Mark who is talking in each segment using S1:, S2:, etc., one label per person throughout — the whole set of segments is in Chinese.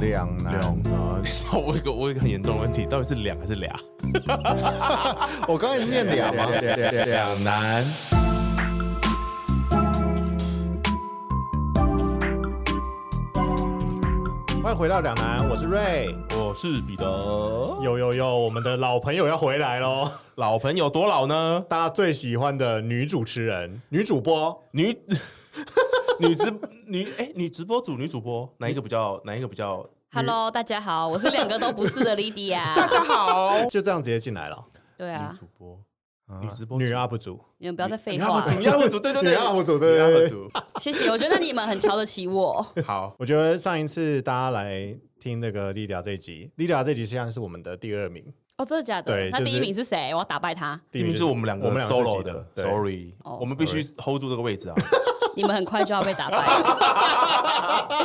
S1: 两难。
S2: 两难。我有一个我有一个很严重的问题，到底是两还是 俩？
S1: 我刚才念两吗？
S2: 两难。
S1: 欢迎回到两难，我是瑞。
S2: 我是彼得，
S3: 有有有，我们的老朋友要回来喽！
S2: 老朋友多老呢？
S3: 大家最喜欢的女主持人、女主播，
S2: 女 女直女哎、女直播主女主播哪一个比较哪一个比较？
S4: Hello，大家好，我是两个都不是的 Lydia。
S2: 好，
S3: 就这样直接进来了。
S4: 对
S2: 女
S4: 啊，
S2: 主播，
S1: 啊
S2: 女直播主
S3: 女 UP 主，
S4: 你们不要再废
S2: 女 UP
S4: 话
S2: 主，，女 UP 主，对对对，
S3: 女 UP 主
S2: 女
S3: 对
S2: UP 主。
S4: 谢谢。我觉得你们很瞧得起我。
S2: 好，
S3: 我觉得上一次大家来听那个莉莉娅这一集，莉莉娅这一集实际上是我们的第二名，
S4: 哦，真的假的
S3: 对？
S4: 那
S3: 就是
S4: 第一名是谁？我要打败 他。
S3: 第一名
S2: 明明就是我们两个
S3: 我们两个
S2: solo
S3: 自己
S2: 的
S3: 对
S2: ，sorry，
S4: 哦
S2: 我们必须 hold 住这个 位置啊！
S4: 你们很快就要被 打败了。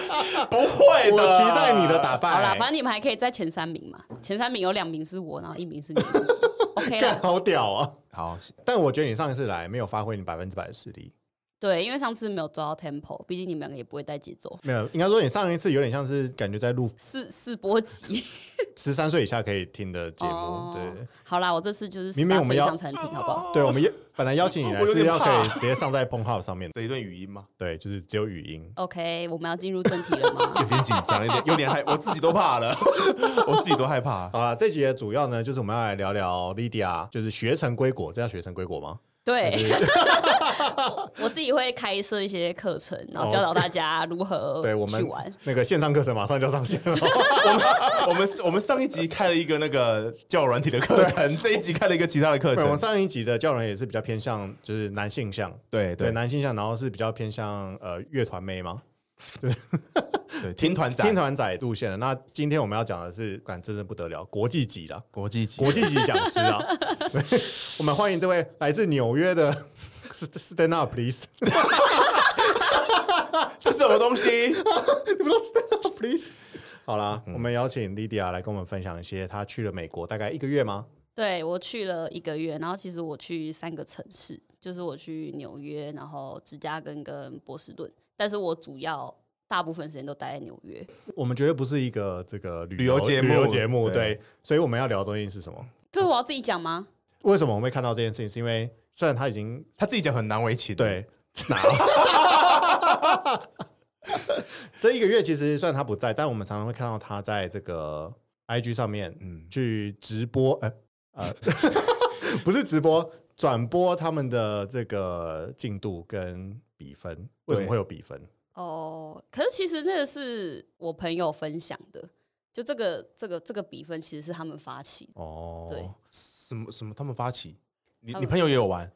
S2: 不会
S3: 我期待你的打
S4: 好啦，
S3: 败
S4: 反，正你们还可以在前三名嘛。前三名有两名是我，然后一名是你们自 己。OK
S3: 干
S4: 啦。
S3: 好屌啊！
S2: 好，
S3: 但我觉得你上一次来没有发挥你百分之百的实力，
S4: 对，因为上次没有抓到 tempo，毕竟你们两个也不会带节奏。
S3: 没有，应该说你上一次有点像是感觉在录
S4: 四四波 集
S3: 十三岁以下可以听的节目，
S4: 哦
S3: 对。
S4: 好啦，我这次就是
S3: 明
S4: 十
S3: 明
S4: 八
S3: 我们
S4: 岁以
S3: 要
S4: 上才能听，好不好？
S3: 对，我们也本来邀请你来
S2: 我有
S3: 是
S2: 点
S3: 要可以
S2: 怕
S3: 直接上在 p o n h u b 上面的，
S2: 的一段语音吗？
S3: 对，就是只有语音。
S4: OK，我们要进入正题了吗？
S2: 有点紧张，有点有点害，我自己都怕了， 我自己都害怕。
S3: 好了，这集的主要呢，就是我们要来聊聊 Lydia，就是学成归国，这叫学成归国吗？
S4: 对， 我自己会开设一些课程，然后教导大家如何
S3: 哦
S2: 呃
S3: 对我们
S4: 去玩。
S3: 那个线上课程马上就要上线了，
S2: 我们我们上一集开了一个那个交友软体的课程，这一集开了一个其他的课
S3: 对，我
S2: 程
S3: 们。上一集的教人也是比较偏向就是男性向，
S2: 对
S3: 对
S2: 对
S3: 男性向，然后是比较偏向呃乐团妹吗？
S2: 对，听团仔，
S3: 听团仔路线的。那今天我们要讲的是，感真的不得了，国际级的
S2: 国际级
S3: 国际级讲师啊， 对我们欢迎这位来自纽约的 Stand Up Please，
S2: 这是什么东西？
S3: 你不知道 Stand Up Please？好嗯啦，我们邀请 Lydia 来跟我们分享一些她去了美国大概一个月吗？
S4: 对我去了一个月，然后其实我去三个城市，就是我去纽约，然后芝加哥跟波士顿，但是我主要大部分时间都待在纽约。
S3: 我们绝对不是一个这个旅
S2: 旅游节目
S3: 旅游节目
S2: 对
S3: 对，所以我们要聊的东西是什么？
S4: 这我要自己讲吗？
S3: 为什么我们会看到这件事情？是因为虽然他已经
S2: 他自己讲很难为 情。，
S3: 对这一个月，其实虽然他不在，但我们常常会看到他在这个 IG 上面
S2: 嗯，
S3: 去直播，呃 呃，不是直播，转播他们的这个进度跟比分。为什么会有比分？
S4: 哦，可是其实那个是我朋友分享的，就这个这个这个比分其实是他们发起的。
S3: 哦，
S4: 对
S2: 什么什么他们发起？你
S4: 他
S2: 你
S4: 们
S2: 朋友也有玩？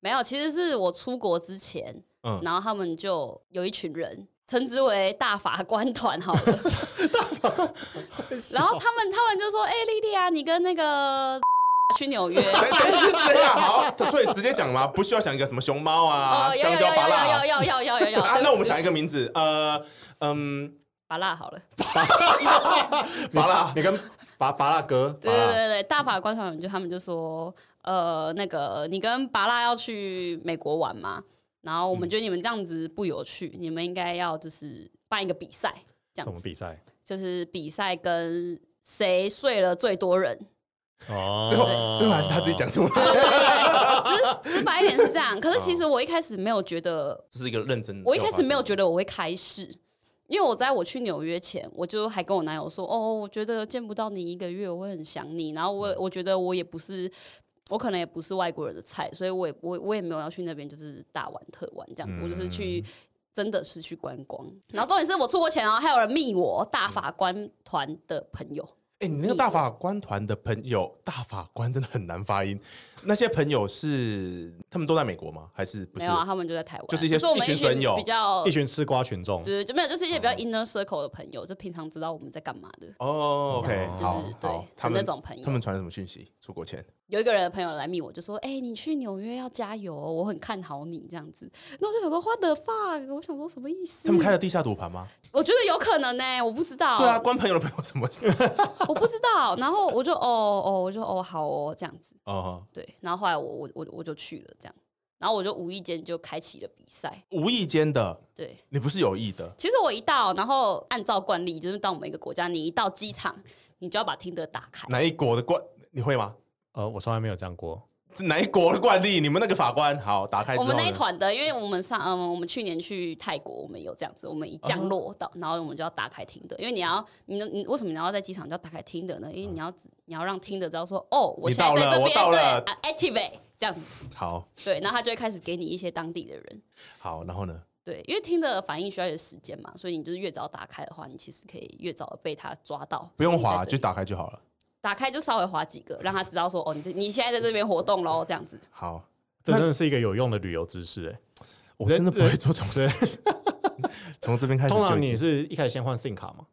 S4: 没有，其实是我出国之前，
S2: 嗯
S4: 然后他们就有一群人称之为大法官团 好了， 然后他们他们就说：“哎、莉莉啊，你跟那个 去纽约。”
S2: 哎哎是这样好，所以直接讲嘛，不需要想一个什么熊猫啊、
S4: 哦，要
S2: 香
S4: 要
S2: 蕉、芭
S4: 要
S2: 辣啊。
S4: 要要要要要 要！
S2: 啊，
S4: 对不
S2: 那
S4: 起
S2: 我们想一个
S4: 对不起
S2: 名字，呃，嗯，
S4: 拔蜡好了。
S2: 芭啊辣，
S3: 你跟拔拔蜡哥，
S4: 对
S3: 拔
S4: 对
S3: 蜡
S4: 对对，大法官团就他们就说，呃，那个你跟拔蜡要去美国玩嘛，然后我
S2: 嗯
S4: 们觉得你们这样子不有趣，你们应该要就是办一个比赛，这
S3: 什
S4: 样
S3: 么
S4: 子
S3: 比赛？
S4: 就是比赛跟谁睡了最多人。
S3: 哦
S2: 最后最后还是他自己讲， 出来，
S4: 对，直直白一点是这样。可是其实我一开始没有觉得，
S2: 这是一个认真的。
S4: 我一开始哦没有觉
S2: 得，
S4: 得我会开始，因为我在我去纽约前，我就还跟我男友说，哦，我觉得见不到你一个月，我会很想你。然后我我觉得我也不是。我可能也不是外国人的菜，所以我也我我也没有要去那边就是大玩特玩这样子，我就是去真的是去观光。然后重点是我出国前啊，还有人密我大法官团的朋友，
S2: 哎，你那个大法官团的朋友，大法官真的很难发音。那些朋友是他们都在美国吗？还是不
S4: 没
S2: 是
S4: 有？啊，他们就在台湾，
S2: 就是一些
S4: 我们
S2: 一群嗯损友
S4: 比较
S3: 一群吃瓜群众，
S4: 对，就没有，就是一些比较 inner circle 的朋友，就平常知道我们在干嘛的。
S2: 哦，OK，
S4: 就是
S2: 好，
S4: 对
S2: 好
S4: 的
S2: 他们
S4: 那种朋友
S2: 他们传什么讯息？出国前，
S4: 有一个人的朋友来密我，就说：“哎、你去纽约要加油哦、我很看好你这样子。”那我就想说：“What the fuck？” 我想说什么意思
S2: 他？们开了地下赌盘吗？
S4: 我觉得有可能呢、我不知道。
S2: 对啊，关朋友的朋友什么 事？
S4: 我不知道。然后哦我就哦哦，我就哦好哦这样子。
S2: 哦，
S4: 对，然后后来我我我我就去了这样。然后我就无意间就开启了比赛。
S2: 无意间的，
S4: 对，
S2: 你不是有意的，
S4: 其实我一到，然后按照惯例，就是到每个国家，你一到机场，你就要把听得打开。
S2: 哪一国的惯你会吗？
S3: 呃，我从来没有这样过。
S2: 哪一国的惯例？你们那个法官好打开之
S4: 我
S2: 后呢，
S4: 们那一团的，因为我们上，嗯，我们去年去泰国，我们有这样子，我们一降落到，然后我们就要打开听的，因为你要，你你为什么你要在机场就要打开听的呢？因为你要你要让听的知道说，哦，我
S2: 你
S4: 现在
S2: 到了
S4: 在这
S2: 嗯我
S4: 边，
S2: 到
S4: 对
S2: 了
S4: 啊，activate 这样子，
S2: 好
S4: 对，然后他就会开始给你一些当地的人，
S2: 好，然后呢？
S4: 对，因为听的反应需要有时间嘛，所以你就是越早打开的话，你其实可以越早地被他抓到，
S2: 不用
S4: 所以你在
S2: 滑
S4: 这
S2: 就
S4: 里
S2: 打开就好了。
S4: 打开就稍微划几个，让他知道说，哦，你这你现在在这边活动喽，这样子。
S2: 好，
S3: 这真的是一个有用的旅游知识、欸。
S2: 我真的不会做这种事情。从这边开始就已
S3: 通
S2: 经，
S3: 常你是一开始先换 SIM 卡嘛？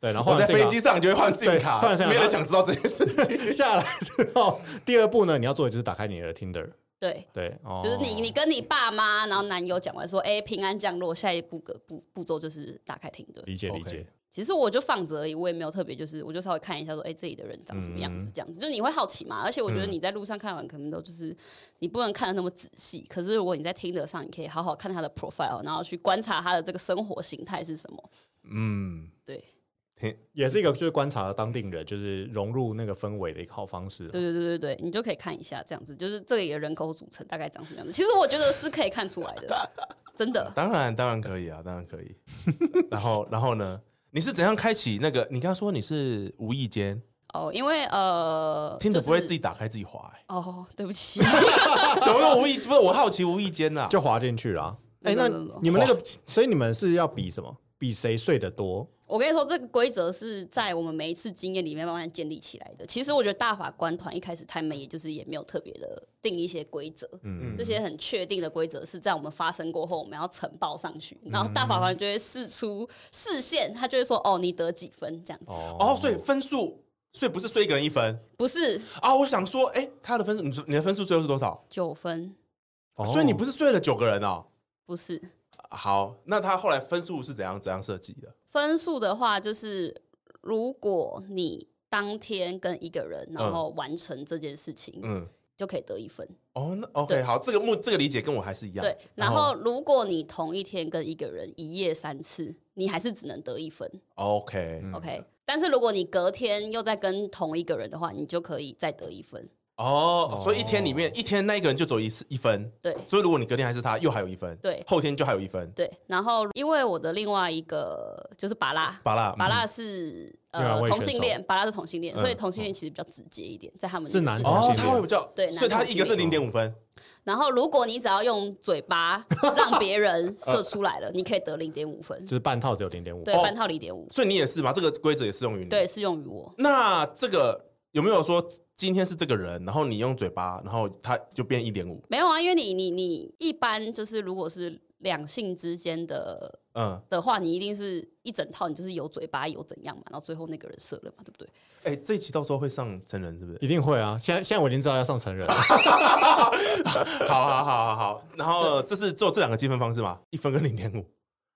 S3: 对，然后
S2: 我在
S3: 换 SIM
S2: 飞
S3: 卡
S2: 机上就会换 SIM 卡，
S3: 对换 SIM 卡
S2: 没人想知道这件事情。
S3: 下来之后，第二步呢，你要做的就是打开你的 Tinder。
S4: 对，
S3: 对，哦
S4: 就是你你跟你爸妈，然后男友讲完说，哎、平安降落，下一步个步步骤就是打开听的。
S3: 理解
S2: OK
S3: 理解。
S4: 其实我就放着而已，我也没有特别，就是我就稍微看一下说，哎、这里的人长什么样
S3: 嗯
S4: 子，这样子，就是你会好奇嘛。而且我觉得你在路上看完，可能都就是你不能看的那么仔细，可是如果你在听的上，你可以好好看他的 profile，然后去观察他的这个生活形态是什么。
S2: 嗯，
S4: 对，
S3: 也是一个就是观察当地人，就是融入那个氛围的一个好方式。
S4: 对对对对对，你就可以看一下这样子，就是这里的人口组成大概长什么样子。其实我觉得是可以看出来的，真的。
S2: 当然当然可以啊，当然 可以。然后然后呢？你是怎样开启那个？你刚刚说你是无意间
S4: 哦，因为呃，
S2: 听着
S4: 就是
S2: 不会自己打开自己滑、欸，
S4: 哦，对不起，
S2: 什么叫无意？不是我好奇无意间啦，
S3: 就滑进去了啊。哎、
S4: 没
S3: 那
S4: 没没
S3: 你们那个，所以你们是要比什么？比谁睡得多？
S4: 我跟你说，这个规则是在我们每一次经验里面慢慢建立起来的。其实我觉得大法官团一开始他们也就是也没有特别的定一些规则，
S3: 嗯
S4: 这些很确定的规则是在我们发生过后，我们要呈报上去，
S2: 嗯
S4: 然后大法官就会试出视线，他就会说：“哦，你得几分？”这样子，
S2: 哦，所以分数，所以不是说一个人一分
S4: 不是
S2: 啊。我想说，哎、他的分数，你说你的分数最后是多少？
S4: 九分，
S3: 哦
S2: 所以你不是睡了九个人哦。
S4: 不是
S2: 好，那他后来分数是怎样怎样设计的？
S4: 分数的话，就是如果你当天跟一个人，然后完成这件事情，
S2: 嗯，
S4: 就可以得一分。
S2: 哦，那 OK，
S4: 对
S2: 好，这个目这个理解跟我还是一样。
S4: 对，然后如果你同一天跟一个人一夜三次，你还是只能得一分。
S2: 哦 OK，
S4: OK，但是如果你隔天又再跟同一个人的话，你就可以再得一分。
S2: 哦，所以一天里面一天那一个人就走一次一分，
S4: 对
S2: 所以如果你隔天还是他，又还有一分，
S4: 对
S2: 后天就还有一分，
S4: 对，然后因为我的另外一个就是巴拉，
S2: 巴拉
S4: 巴拉是
S3: 另外一
S4: 呃
S3: 位
S4: 同
S3: 选
S4: 性
S3: 手
S4: 恋，巴拉是同性恋，所以
S2: 嗯
S4: 同性恋其实比较直接一点，在他们
S3: 是
S4: 那
S3: 男
S4: 个市
S3: 同
S4: 场
S2: 哦
S3: 性，
S4: 上
S2: 他会比较
S4: 对
S2: 所以他一个是
S4: 男同
S2: 零
S4: 性
S2: 点五分，
S4: 然后，如果你只要用嘴 巴让别人射出来了，你可以得零点五分
S3: 哦就，是半套只有零点五，
S4: 对，
S2: 哦
S4: 半套零点五，
S2: 所以你也哦是嘛，这个规则也适用于你。
S4: 对，，适用于我。
S2: 那这个有没有说今天是这个人，然后你用嘴巴，然后他就变一点五？
S4: 没有啊，因为你你你一般就是如果是两性之间的
S2: 嗯，
S4: 的话，你一定是一整套，你就是有嘴巴有怎样嘛，然后最后那个人射了嘛，对不对？
S2: 哎，这一期到时候会上成人是不是？
S3: 一定会啊。现在现在我已经知道要上成人 了，
S2: 好好好好好，然后这是只有这两个积分方式吗？一分跟零点五，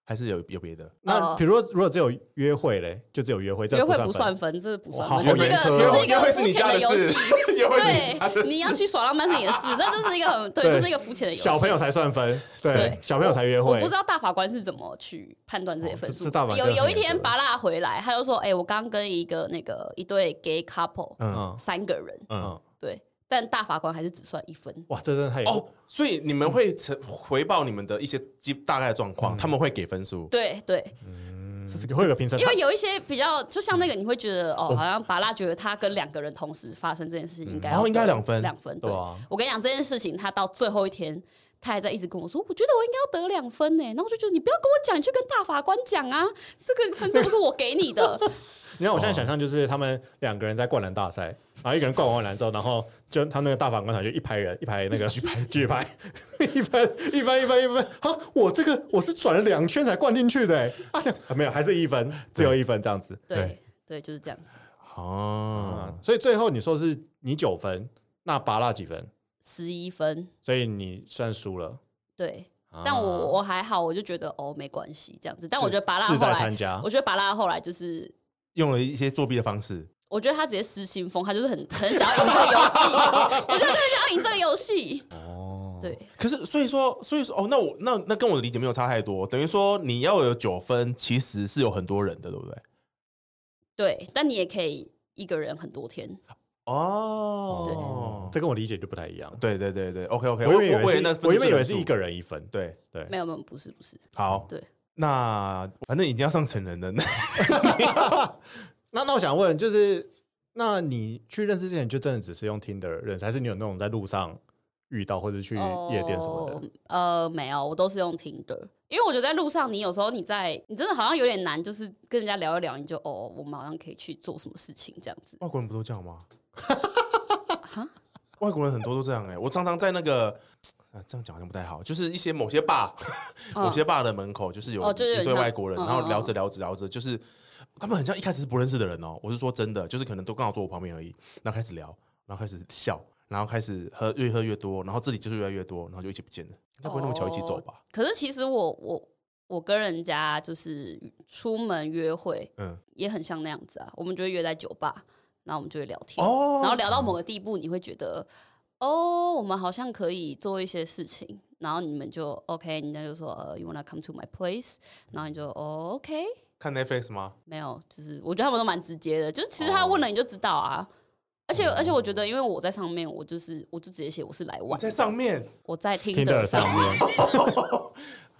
S2: 还是有有别的？
S3: 那比如说如果只有约会嘞，就只有约会，这
S4: 哦约会
S3: 不
S4: 不
S3: 算
S4: 算分，这不
S3: 哇
S4: 算
S3: 好
S4: 分，这是一
S3: 严
S4: 个
S3: 苛哦
S4: 这是一
S2: 约
S4: 个
S2: 会是
S4: 肤
S2: 你
S4: 浅
S2: 家的
S4: 游
S2: 事，
S4: 戏。
S2: 也会是你家的
S4: 对，
S2: 事
S4: 你要去耍浪漫是你 的事，但这是一个很对，
S3: 对
S4: 这是一个肤浅的游戏。
S3: 小朋友才算分，对
S4: 对，
S3: 小朋友才约
S4: 我
S3: 会
S4: 不知。道大法官是怎么去判断这些分
S3: 哦
S4: 数
S3: 这这大法。官
S4: 有
S3: 很
S4: 有一
S3: 严格
S4: 天，拔蜡回来，他就说：“哎、我刚跟一个那个一对 gay couple，、
S2: 嗯
S3: 嗯
S4: 三个人，
S2: 嗯
S3: 嗯，
S4: 对，但大法官还是只算一分。
S3: 哇，这真的太
S2: 哦，所以你们会成回报你们的一些基大概的状
S3: 嗯
S2: 况，他们会给分数。
S4: 对对，
S3: 这是个嗯会有个评审
S4: 因，为有一些比较，就像那个，你会觉得哦，好像拔蜡觉得他跟两个人同时发生这件事情，应
S3: 嗯
S4: 该
S2: 然后应该
S4: 要得
S2: 两分
S4: 两分。对
S3: 对啊
S4: 我跟你讲这件事情，他到最后一天。他还在一直跟我说，我觉得我应该要得两分呢。欸然后我就觉得你不要跟我讲，你去跟大法官讲啊，这个分数不是我给 你的。
S3: 你
S2: 哦
S3: 看我现在想象就是他们两个人在灌篮大赛，然后一个人灌完篮之后，然后就他们那个大法官团就一排人一排那个举牌举牌，一排一分一分一分啊！我这个我是转了两圈才灌进去的、欸、啊，两啊没有还是一分，只有一分这样子。
S4: 对对，就是这样子，
S2: 哦，
S3: 啊，所以最后你说是你九分，那拔蜡几分？
S4: 十一分。
S3: 所以你算输了。
S4: 对，但
S2: 啊
S4: 我我还好，我就觉得哦没关系这样子。但我觉得拔蜡
S3: 啊自
S4: 后
S3: 在
S4: 来
S3: 参，加
S4: 我觉得拔蜡后来就是，
S2: 用了一些作弊的方式。
S4: 我觉得他直接 失心疯，他就是很很想要赢这个游戏，我觉得他很想要赢这个游戏。
S3: 哦，
S4: 对，
S2: 可是所以说，所以说哦，那我那那跟我的理解没有差太多，等于说你要有九分，其实是有很多人的，对不对？
S4: 对，但你也可以一个人很多天，
S2: 哦，
S3: 这跟我理解就不太一样。
S2: 对对对对，OK OK，
S3: 我原
S2: 我
S3: 本以为
S2: 那
S3: 是，
S2: 分
S3: 我原本以为
S2: 数
S3: 是一个人一分，
S2: 对，
S3: 对
S4: 没，有没有，不是不是，
S2: 好，
S4: 对，
S2: 那反正已经要上成人了，那
S3: 那那我想问，就是那你去认识之前，就真的只是用 Tinder 认识，还是你有那种在路上遇到，或者去夜店什么的？
S4: 哦呃，没有，我都是用听的，因为我觉得在路上，你有时候你在，你真的好像有点难，就是跟人家聊一聊，你就哦，我们好像可以去做什么事情这样子。
S2: 外国人不都这样 吗？外国人很多都这样哎、我常常在那个啊，这样讲好像不太好，就是一些某些爸、某
S4: 嗯
S2: 些爸的门口，就是有
S4: 哦就是有
S2: 一对
S4: 像
S2: 外国人，
S4: 嗯
S2: 然后
S4: 嗯
S2: 聊着聊着聊着，就是他们很像一开始是不认识的人哦，我是说真的，就是可能都刚好坐我旁边而已，然后开始聊，然后开始笑。然后开始喝，越喝越多，然后自己接触越来越多，然后就一起不见了。应该不会那么巧一起走吧？
S4: 可是其实我我我跟人家就是出门约会
S2: 嗯，
S4: 也很像那样子啊，我们就会约在酒吧，然后我们就会聊天，
S2: 哦
S4: 然后聊到某个地步，你会觉得哦，我们好像可以做一些事情，然后你们就 OK，人家就说呃，You wanna come to my place，然后你就哦 OK。
S2: 看 Netflix 吗？
S4: 没有，就是我觉得他们都蛮直接的，就是其实他问
S2: 哦
S4: 了你就知道啊。而且而且我觉得，因为我在上面，我就是我就直接写我是来
S2: 我嗯
S4: 玩，
S2: 在上面，
S4: 我在听
S3: Tinder 上
S4: 上面，
S3: 面，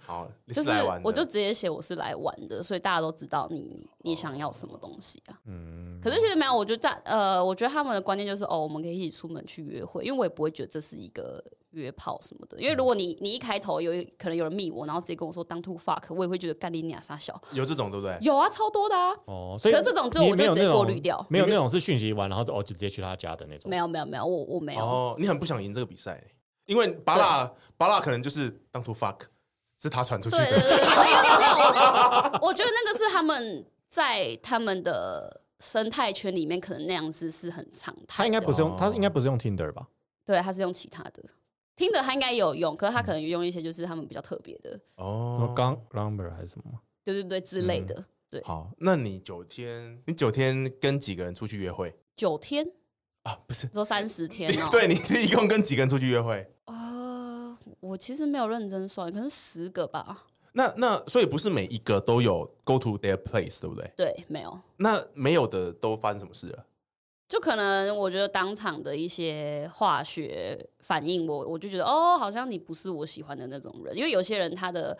S2: 好，你
S4: 就是是
S2: 来玩的
S4: 我就直接写我是来玩的，所以大家都知道你你你想要什么东西啊。
S3: 哦嗯，
S4: 可是其实没有，我觉得大呃，我觉得他们的观念就是哦，我们可以一起出门去约会，因为我也不会觉得这是一个约炮什么的。因为如果
S3: 嗯
S4: 你你一开头有一可能有人密我，然后直接跟我说当 two fuck，我也会觉得干你俩傻小。
S2: 有这种对不对？
S4: 有啊，超多的啊。
S3: 哎哦，所以
S4: 可是这种就
S3: 你
S4: 我就
S3: 没有
S4: 直接
S3: 那种
S4: 过滤掉
S3: 没有那 种是讯息完，然后就哦就直接去他家的那种，
S4: 没有没有没有，我我没有。
S2: 哦，你很不想赢这个比赛，因为巴拉巴拉可能就是当初 fuck 是他传出去
S4: 对对
S2: 的，
S4: 对，对没有没有没有，我我觉得那个是他们在他们的生态圈里面，可能那样子是很常
S3: 他
S4: 态
S3: 应
S4: 的。
S3: 该不是用
S2: 哦
S3: 他应该不是用 Tinder 吧？
S4: 对，他是用其他的，听的他应该也有用，可是他
S2: 嗯
S4: 可能用一些就是他们比较特别的，
S3: 什么
S2: 哦，
S3: 刚 Lumber 还是什么？
S4: 对对对之
S2: 嗯
S4: 类的。对，
S2: 好，那你九天，你九天跟几个人出去约会
S4: 九天，
S2: 啊？不是，。
S4: 说三十天哦
S2: 对，你是一共跟几个人出去约会？
S4: 啊，我其实没有认真算，可能十个吧。
S2: 那那所以不是每一个都有 go to their place，对不对？
S4: 对，没有。
S2: 那没有的都发生什么事了？
S4: 就可能我觉得当场的一些化学反应我，我就觉得哦，好像你不是我喜欢的那种人，因为有些人他的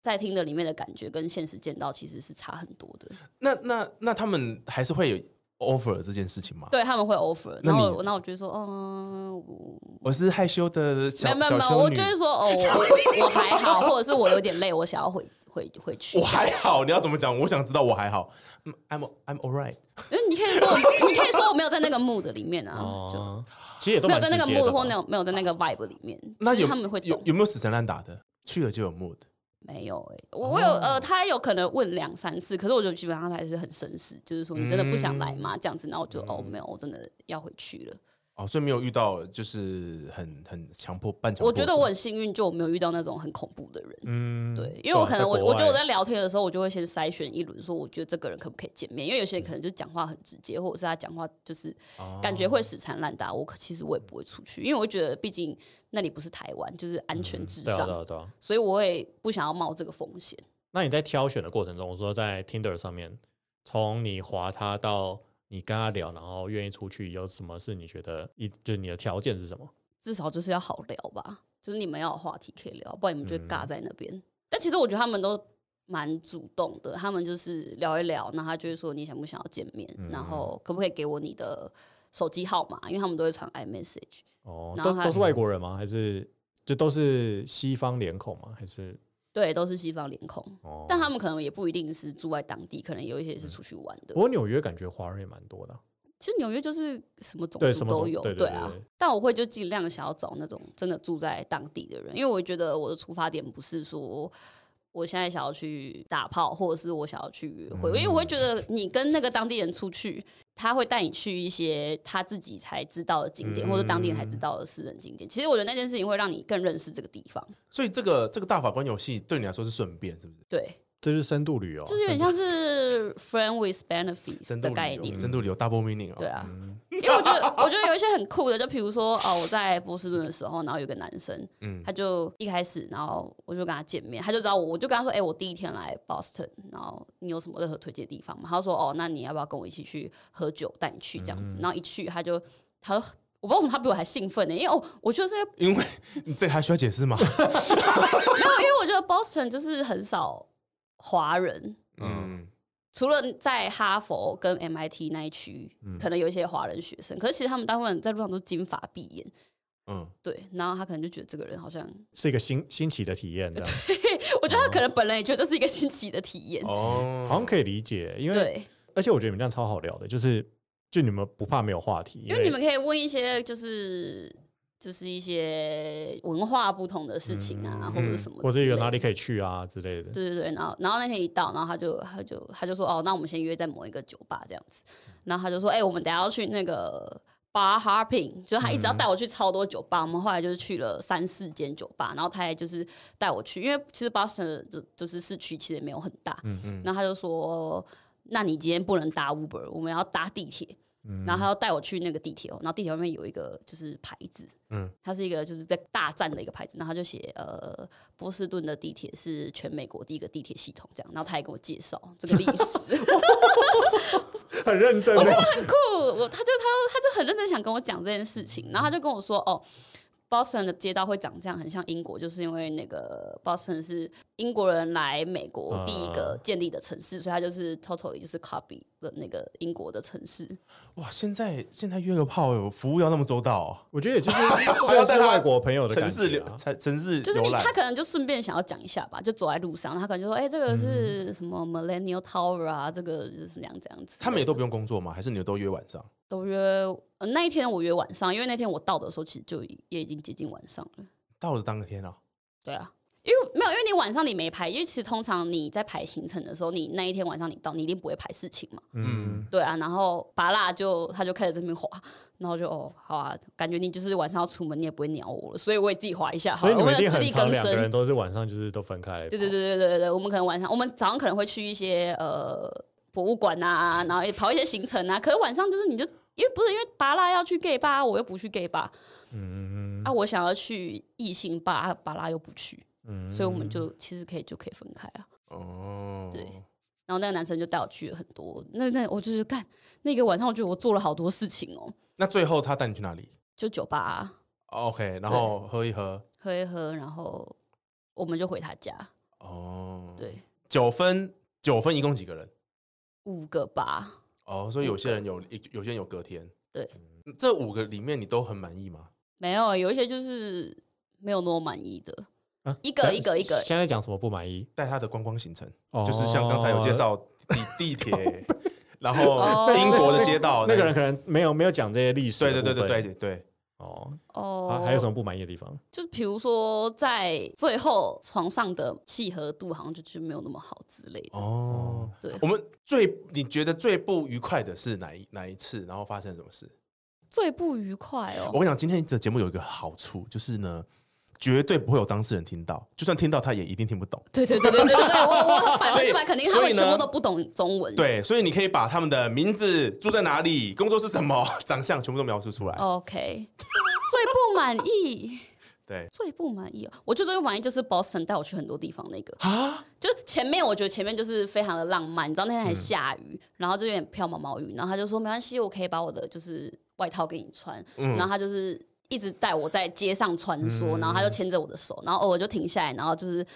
S4: 在听的里面的感觉跟现实见到其实是差很多的，
S2: 那那那他们还是会有 offer 这件事情吗？
S4: 对他们会 offer，
S2: 那
S4: 然
S2: 你
S4: 后我那我就会说，嗯，我
S2: 我是害羞的
S4: 没
S2: 小
S4: 有没有
S2: 小
S4: 没有，
S2: 修
S4: 我
S2: 女
S4: 就，是说哦，我我我还好，或者是我有点累，我想要回回回去
S2: 我，还好，你要怎么讲？我想知道我还好。嗯 I'm I'm alright。
S4: 因为你可以说我你可以说我没有在那个 mood 里面啊，就
S3: 哦，其实也都
S4: 没
S3: 蛮
S4: 有在那个
S3: 直接的
S4: mood 或
S3: 吧
S4: 那种没有在那个 vibe 里面，
S2: 那
S4: 其实
S2: 有
S4: 他们会
S2: 有
S4: 懂。
S2: 有没有死缠烂打的？去了就有 mood
S4: 没有哎、我我有
S2: 哦
S4: 呃，他有可能问两三次，可是我就基本上他还是很绅士，就是说你真的不想来
S2: 嗯
S4: 吗？这样子，然后我就哦没有，我真的要回去了。
S2: 哦，所以没有遇到就是很很强迫半强迫。
S4: 我觉得我很幸运，就我没有遇到那种很恐怖的人。
S3: 嗯，
S4: 对，因为我可能我我觉得我
S3: 在
S4: 在聊天的时候，我就会先筛选一轮，说我觉得这个人可不可以见面，因为有
S3: 嗯
S4: 些人可能就讲话很直接，或者是他讲话就是
S2: 哦
S3: 哦
S4: 感觉会死缠烂打。我可其实我也不会出去，因为我觉得毕竟那里不是台湾，就是安全至
S3: 对啊
S4: 上，
S3: 对啊对啊。
S4: 所以我也不想要冒这个风险。
S3: 那你在挑选的过程中，我说在 Tinder 上面，从你划他到你跟他聊，然后愿意出去，有什么是你觉得一就是你的条件是什么？
S4: 至少就是要好聊吧，就是你们要有话题可以聊，不然你们就会尬
S3: 嗯
S4: 在那边。但其实我觉得他们都蛮主动的，他们就是聊一聊，那他就会说你想不想要见面，
S3: 嗯
S4: 然后可不可以给我你的手机号码，因为他们都会传 iMessage。
S3: 哦，
S4: 然后
S3: 都
S4: 他
S3: 都是外国人吗？还是就都是西方脸孔吗？还是
S4: 对，都是西方脸孔，
S3: 哦？嗯
S4: 但他们可能也不一定是住在当地，可能有一些是出去玩的
S3: 不。过纽约感觉华人也蛮多的啊，
S4: 其实纽约就是什么种
S3: 对
S4: 族
S3: 什么种
S4: 都有，
S3: 对对对
S4: 啊
S3: 对对。
S4: 但我会就尽量想要找那种真的住在当地的人，因为我觉得我的出发点不是说我现在想要去打炮，或者是我想要去约会，因为我会觉
S3: 嗯
S4: 得你跟那个当地人出去。他会带你去一些他自己才知道的景点，或者当地人才
S3: 嗯
S4: 知道的私人景点。其实我觉得那件事情会让你更认识这个地方。
S2: 所以这个这个大法官游戏对你来说是顺便，是不是？
S4: 对，
S3: 这是深度旅游啊，
S4: 就是有点像是 friend with benefits
S2: 深
S4: 的
S2: 度
S4: 概
S2: 旅
S4: 念
S2: 游，。深度旅游 double meaning 哦。
S4: 对啊，因为我觉得， 我觉得有一些很酷的，就比如说，哦，我在波士顿的时候，然后有个男生，
S2: 嗯
S4: 他就一开始，然后我就跟他见面，他就找我，我就跟他说，哎、我第一天来 Boston，然后你有什么任何推荐的地方吗？他就说，哦，那你要不要跟我一起去喝酒，带你去这样子？然后一去，他就，他说，我不知道为什么他比我还兴奋呢、因为哦，我觉得这些，
S2: 因为你这个还需要解释吗？
S4: 没有，因为我觉得 Boston 就是很少华人，
S2: 嗯，
S4: 除了在哈佛跟 MIT 那一区，可能有一些华人学生，可是其实他们大部分在路上都金发碧眼，
S2: 嗯，
S4: 对，然后他可能就觉得这个人好像，
S3: 是一个新新奇的体验，这样
S4: 我觉得他可能本人也觉得这是一个新奇的体验，
S2: 哦，
S3: 嗯好像可以理解，因为
S4: 对，
S3: 而且我觉得你们这样超好聊的，就是就你们不怕没有话题，
S4: 因为你们可以问一些就是就是一些文化不同的事情啊，或者什么之类的，
S3: 嗯或者有哪里可以去啊之类的，
S4: 对对对，然后然后那天一到，然后他就他就他就说哦，那我们先约在某一个酒吧这样子，然后他就说哎、我们等一下要去那个 bar hopping，就是他一直要带我去超多酒吧，我们后来就是去了三四间酒吧，然后他也就是带我去，因为其实 Boston 就就是市区其实也没有很大，
S3: 嗯
S4: 然后他就说那你今天不能搭 Uber，我们要搭地铁。然后他要带我去那个地铁哦，然后地铁外面有一个就是牌子，
S2: 嗯
S4: 嗯，它是一个就是在大站的一个牌子，然后他就写呃波士顿的地铁是全美国第一个地铁系统这样，然后他还给我介绍这个 历史，
S3: 很认真欸的。
S4: 很酷。我他就他他就很认真想跟我讲这件事情，然后他就跟我说哦。Boston 的街道会长这样，很像英国，就是因为那个 Boston 是英国人来美
S2: 啊
S4: 国第一个建立的城市，所以它就是 totally 就是 copy 了那个英国的城市。
S2: 哇，现在现在约个炮，有服务要那么周到哦，
S3: 我觉得也 就是认识外国朋友的
S2: 城
S3: 感
S2: 市
S3: 觉
S2: 流
S3: 啊、
S2: 城城市
S4: 就是
S2: 浏
S4: 你，
S2: 览
S4: 他可能就顺便想要讲一下吧，就走在路上，他可能就说：“哎、这个
S2: 嗯
S4: 是什么 Millennial Tower 啊？这个是怎样怎样子？”
S2: 他们也都不用工作吗？还是你们都约晚上？
S4: 都约、呃那一天我约晚上，因为那天我到的时候其实就也已经接近晚上了。
S2: 到了当天啊，
S4: 对啊，因为没有，因为你晚上你没排，因为其实通常你在排行程的时候，你那一天晚上你到，你一定不会排事情嘛。
S3: 嗯，
S4: 对啊，然后拔蜡就他就开始在那边滑，然后就哦好啊，感觉你就是晚上要出门，你也不会鸟我了，所以我也自己滑一下
S2: 嗯
S4: 好
S3: 所
S4: 了，
S3: 以你
S4: 我
S3: 们
S4: 为
S3: 一
S4: 了
S3: 定
S4: 自
S3: 很常
S4: 力更
S3: 两个
S4: 生
S3: 人。都是晚上就是都分开来跑。
S4: 对对对对对对对，我们可能晚上，我们早上可能会去一些呃博物馆啊，然后也跑一些行程啊。可是晚上就是你就因为不是因为拔拉要去 gay 吧，我又不去 gay 吧，
S3: 嗯，嗯
S4: 啊，我想要去异性吧，啊拔拉又不去，
S3: 嗯
S4: 所以我们就其实可以就可以分开啊。
S2: 哦，
S4: 对然后那个男生就带我去了很多，那那我就是干那个晚上，我觉得我做了好多事情哦，
S2: 那最后他带你去哪里
S4: 就酒吧、啊、
S2: ？OK，然后喝一喝，
S4: 喝一喝，然后我们就回他家。
S2: 哦，，
S4: 对，
S2: 九分九分一共几个人？
S4: 五个吧，
S2: 哦，所以有些人有一有些人有隔天，嗯
S4: 对，
S2: 这五个里面你都很满意吗？
S4: 没有，有一些就是没有那么满意的。
S3: 啊
S4: 一个
S3: 但
S4: 一个一个
S3: 现在讲什么不满意？
S2: 带他的观光行程，
S3: 哦
S2: 就是像刚才有介绍地地 铁，然后
S4: 哦
S2: 英国的街道，
S3: 那个人可能没有没有讲这些历史的
S2: 对
S3: 部分。
S2: 对对对对对，
S3: 哦，
S4: 哦、
S3: 还还有什么不满意的地方？
S4: 就是比如说，在最后床上的契合度好像就是没有那么好之类的。
S2: 哦，
S4: 对
S2: 我们最你觉得最不愉快的是哪一哪一次？然后发生了什么事？
S4: 最不愉快哦
S2: 我，跟你讲，今天的节目有一个好处，就是呢，绝对不会有当事人听到，就算听到他也一定听不懂。
S4: 对对对对对对对，我我百分之百肯定他
S2: 所以
S4: 们
S2: 呢
S4: 全部都不懂中文。
S2: 对，所以你可以把他们的名字、住在哪里、工作是什么、 长相全部都描述出
S4: 哦
S2: 来。
S4: ，OK，最不满意，
S2: 对
S4: 最不满意哦，我觉得最不满意就是 Boston 带我去很多地方那个，
S2: 啊，
S4: 就前面我觉得前面就是非常的浪漫，你知道那天还下雨，然后就有点飘毛毛雨，然后他就说没关系，我可以把我的就是外套给你穿，然后他就是一直带我在街上穿梭，然后他就牵着我的手，然后偶尔就停下来，然后就是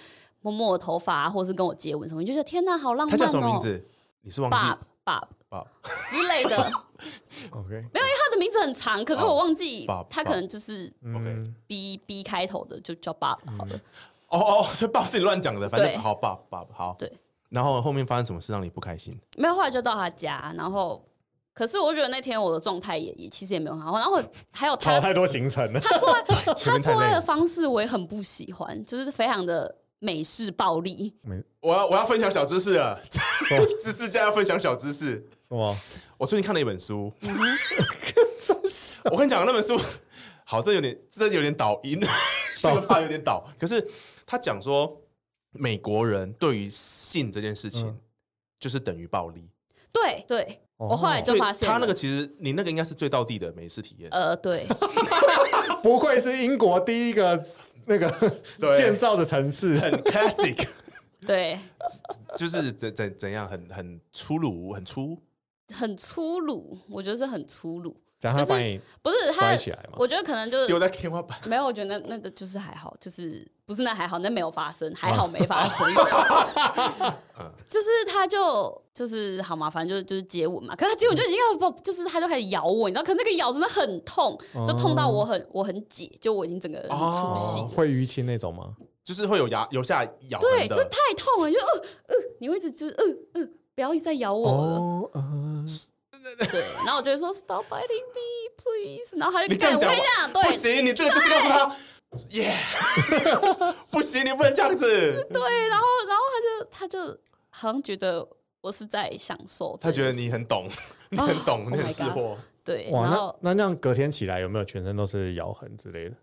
S4: 摸摸我头发、啊，或者是跟我接吻什么，你就觉得天哪，好浪漫
S2: 他
S4: 哦、
S2: 叫什么名字？你是忘记
S4: Bob Bob
S2: 爸
S4: 之类的， 他
S3: OK，
S4: 的名字很长，可是我忘记
S2: Bob，
S4: 他
S2: Bob
S4: 可能就是
S3: 嗯
S2: ？OK，
S4: B B 开头的，就叫 Bob 好了。
S2: 哦哦，所以爸是你乱讲的，反正
S4: 对
S2: 好爸爸好。
S4: 对，
S2: 然后后面发生什么事让你不开心？
S4: 没有，后来就到他家，然后可是我觉得那天我的状态也也其实也没有很好，然后还有
S3: 跑
S4: 他
S3: 太多行程了。
S4: 他做爱
S2: 前
S4: 他
S2: 面太
S4: 做
S2: 累
S4: 爱
S2: 了
S4: 的方式我也很不喜欢，就是非常的美式暴力。
S2: 我要我要分享小知识了， 知识家要分享小知识。
S3: 什么？
S2: 我最近看了一本书，我跟你讲，那本书好，这有点这有点倒 音，这个话有点倒。可是他讲说，嗯美国人对于性这件事情，就是等于暴力。
S4: 对对，我后来就
S2: 所以
S4: 发现
S2: 他那
S4: 了
S2: 个其实你那个应该是最到地的美式体验。
S4: 呃，对，
S3: 不愧是英国第一个那个
S2: 对
S3: 建造的城市，
S2: 很 classic，
S4: 对，
S2: 就是怎怎怎样，很很粗鲁，很粗。
S4: 很粗鲁，我觉得是很粗鲁，
S3: 然后他
S4: 就是
S3: 把你
S4: 不是他
S3: 摔起来嘛，
S4: 我觉得可能就是
S2: 丢在天花板，
S4: 没有，我觉得那那个就是还好，就是不是那还好，那没有发生，还好没 发生。就是他就就是好嘛，反正就是就是接吻嘛，可是他接吻就已经要不就是他就开始咬我，你知道，可是那个咬真的很痛，
S2: 哦
S4: 就痛到我很我很解，就我已经整个人出戏。
S3: 哦会淤青那种吗？
S2: 就是会有牙有下咬
S4: 对，
S2: 痕
S4: 就是
S2: 的。
S4: 太痛了，你就呃呃，你会一直就是呃呃，不要一直在咬我了。
S3: 哦，呃
S4: 对，然后我就会说 Stop biting me, please。然后他就
S2: 你这样讲
S4: 干我跟你讲，对
S2: 不行，你这个就是告诉他，耶， 不行，你不能这样子。
S4: 对，然后然后他就他就好像觉得我是在享受这
S2: 他
S4: 件事，
S2: 觉得你很懂，你很懂，
S4: 哦 Oh
S2: 你很
S4: my
S2: 识
S4: God
S2: 货。
S4: 对，
S3: 哇，
S4: 然
S3: 那
S4: 后
S3: 那那样隔天起来有没有全身都是咬痕之类的？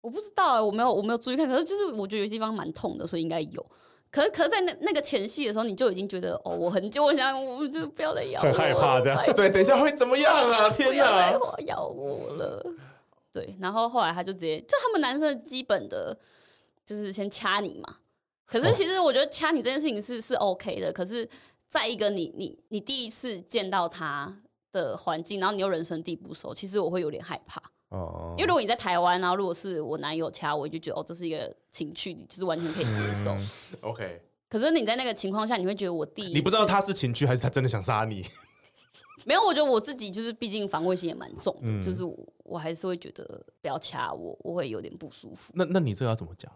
S4: 我不知道、欸，我没有我没有注意看，可是就是我觉得有些地方蛮痛的，所以应该有。可是可是在那那个前戏的时候，你就已经觉得哦，我很久，我想我就不要再咬
S3: 很
S4: 我了，
S3: 害怕这样
S4: 拜托
S2: 对，等一下会怎么样 啊？天
S4: 不要再
S2: 哪！
S4: 我咬我了。对，然后后来他就直接，就他们男生的基本的，就是先掐你嘛。可
S2: 哦
S4: 是其实我觉得掐你这件事情是是 OK 的，可是再一个你你你第一次见到他的环境，然后你又人生地不熟，其实我会有点害怕。
S3: 哦
S4: 因为如果你在台湾，然后如果是我男友掐我，我就觉得哦这是一个情趣，就是完全可以接受。
S2: OK，
S4: 可是你在那个情况下，你会觉得我第一次
S2: 嗯你不知道他是情趣还是他真的想杀 你。
S4: 没有，我觉得我自己就是，毕竟防卫心也蛮重的，
S3: 嗯
S4: 就是我我还是会觉得不要掐我，我会有点不舒服。
S2: 那那你这个要怎么讲？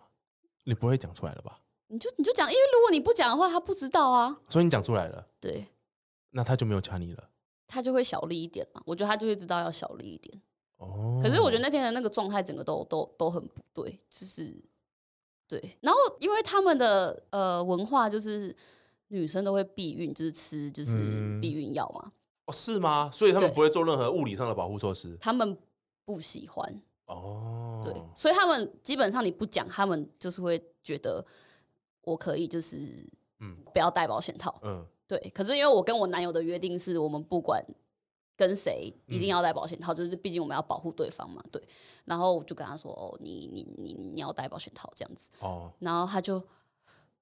S2: 你不会讲出来了吧？
S4: 你就你就讲，因为如果你不讲的话，他不知道啊，
S2: 所以你讲出来了，
S4: 对
S2: 那他就没有掐你了。
S4: 他就会小力一点嘛。我觉得他就会知道要小力一点。
S3: 嗯
S2: 哦，
S4: 可是我觉得那天的那个状态，整个都都都很不对，就是对。然后因为他们的呃文化就是女生都会避孕，就是吃就是
S3: 嗯
S4: 避孕药嘛，
S2: 哦是吗？所以他们
S4: 对
S2: 不会做任何物理上的保护措施。
S4: 他们不喜欢。
S2: 哦，
S4: 对，所以他们基本上你不讲，他们就是会觉得我可以就是
S2: 嗯
S4: 不要戴保险套。
S2: 嗯，
S4: 对，可是因为我跟我男友的约定是我们不管跟谁一
S2: 嗯
S4: 定要戴保险套，就是毕竟我们要保护对方嘛。对，然后我就跟他说：“哦，你你你你要戴保险套这样子。
S2: 哦”，
S4: 然后他就。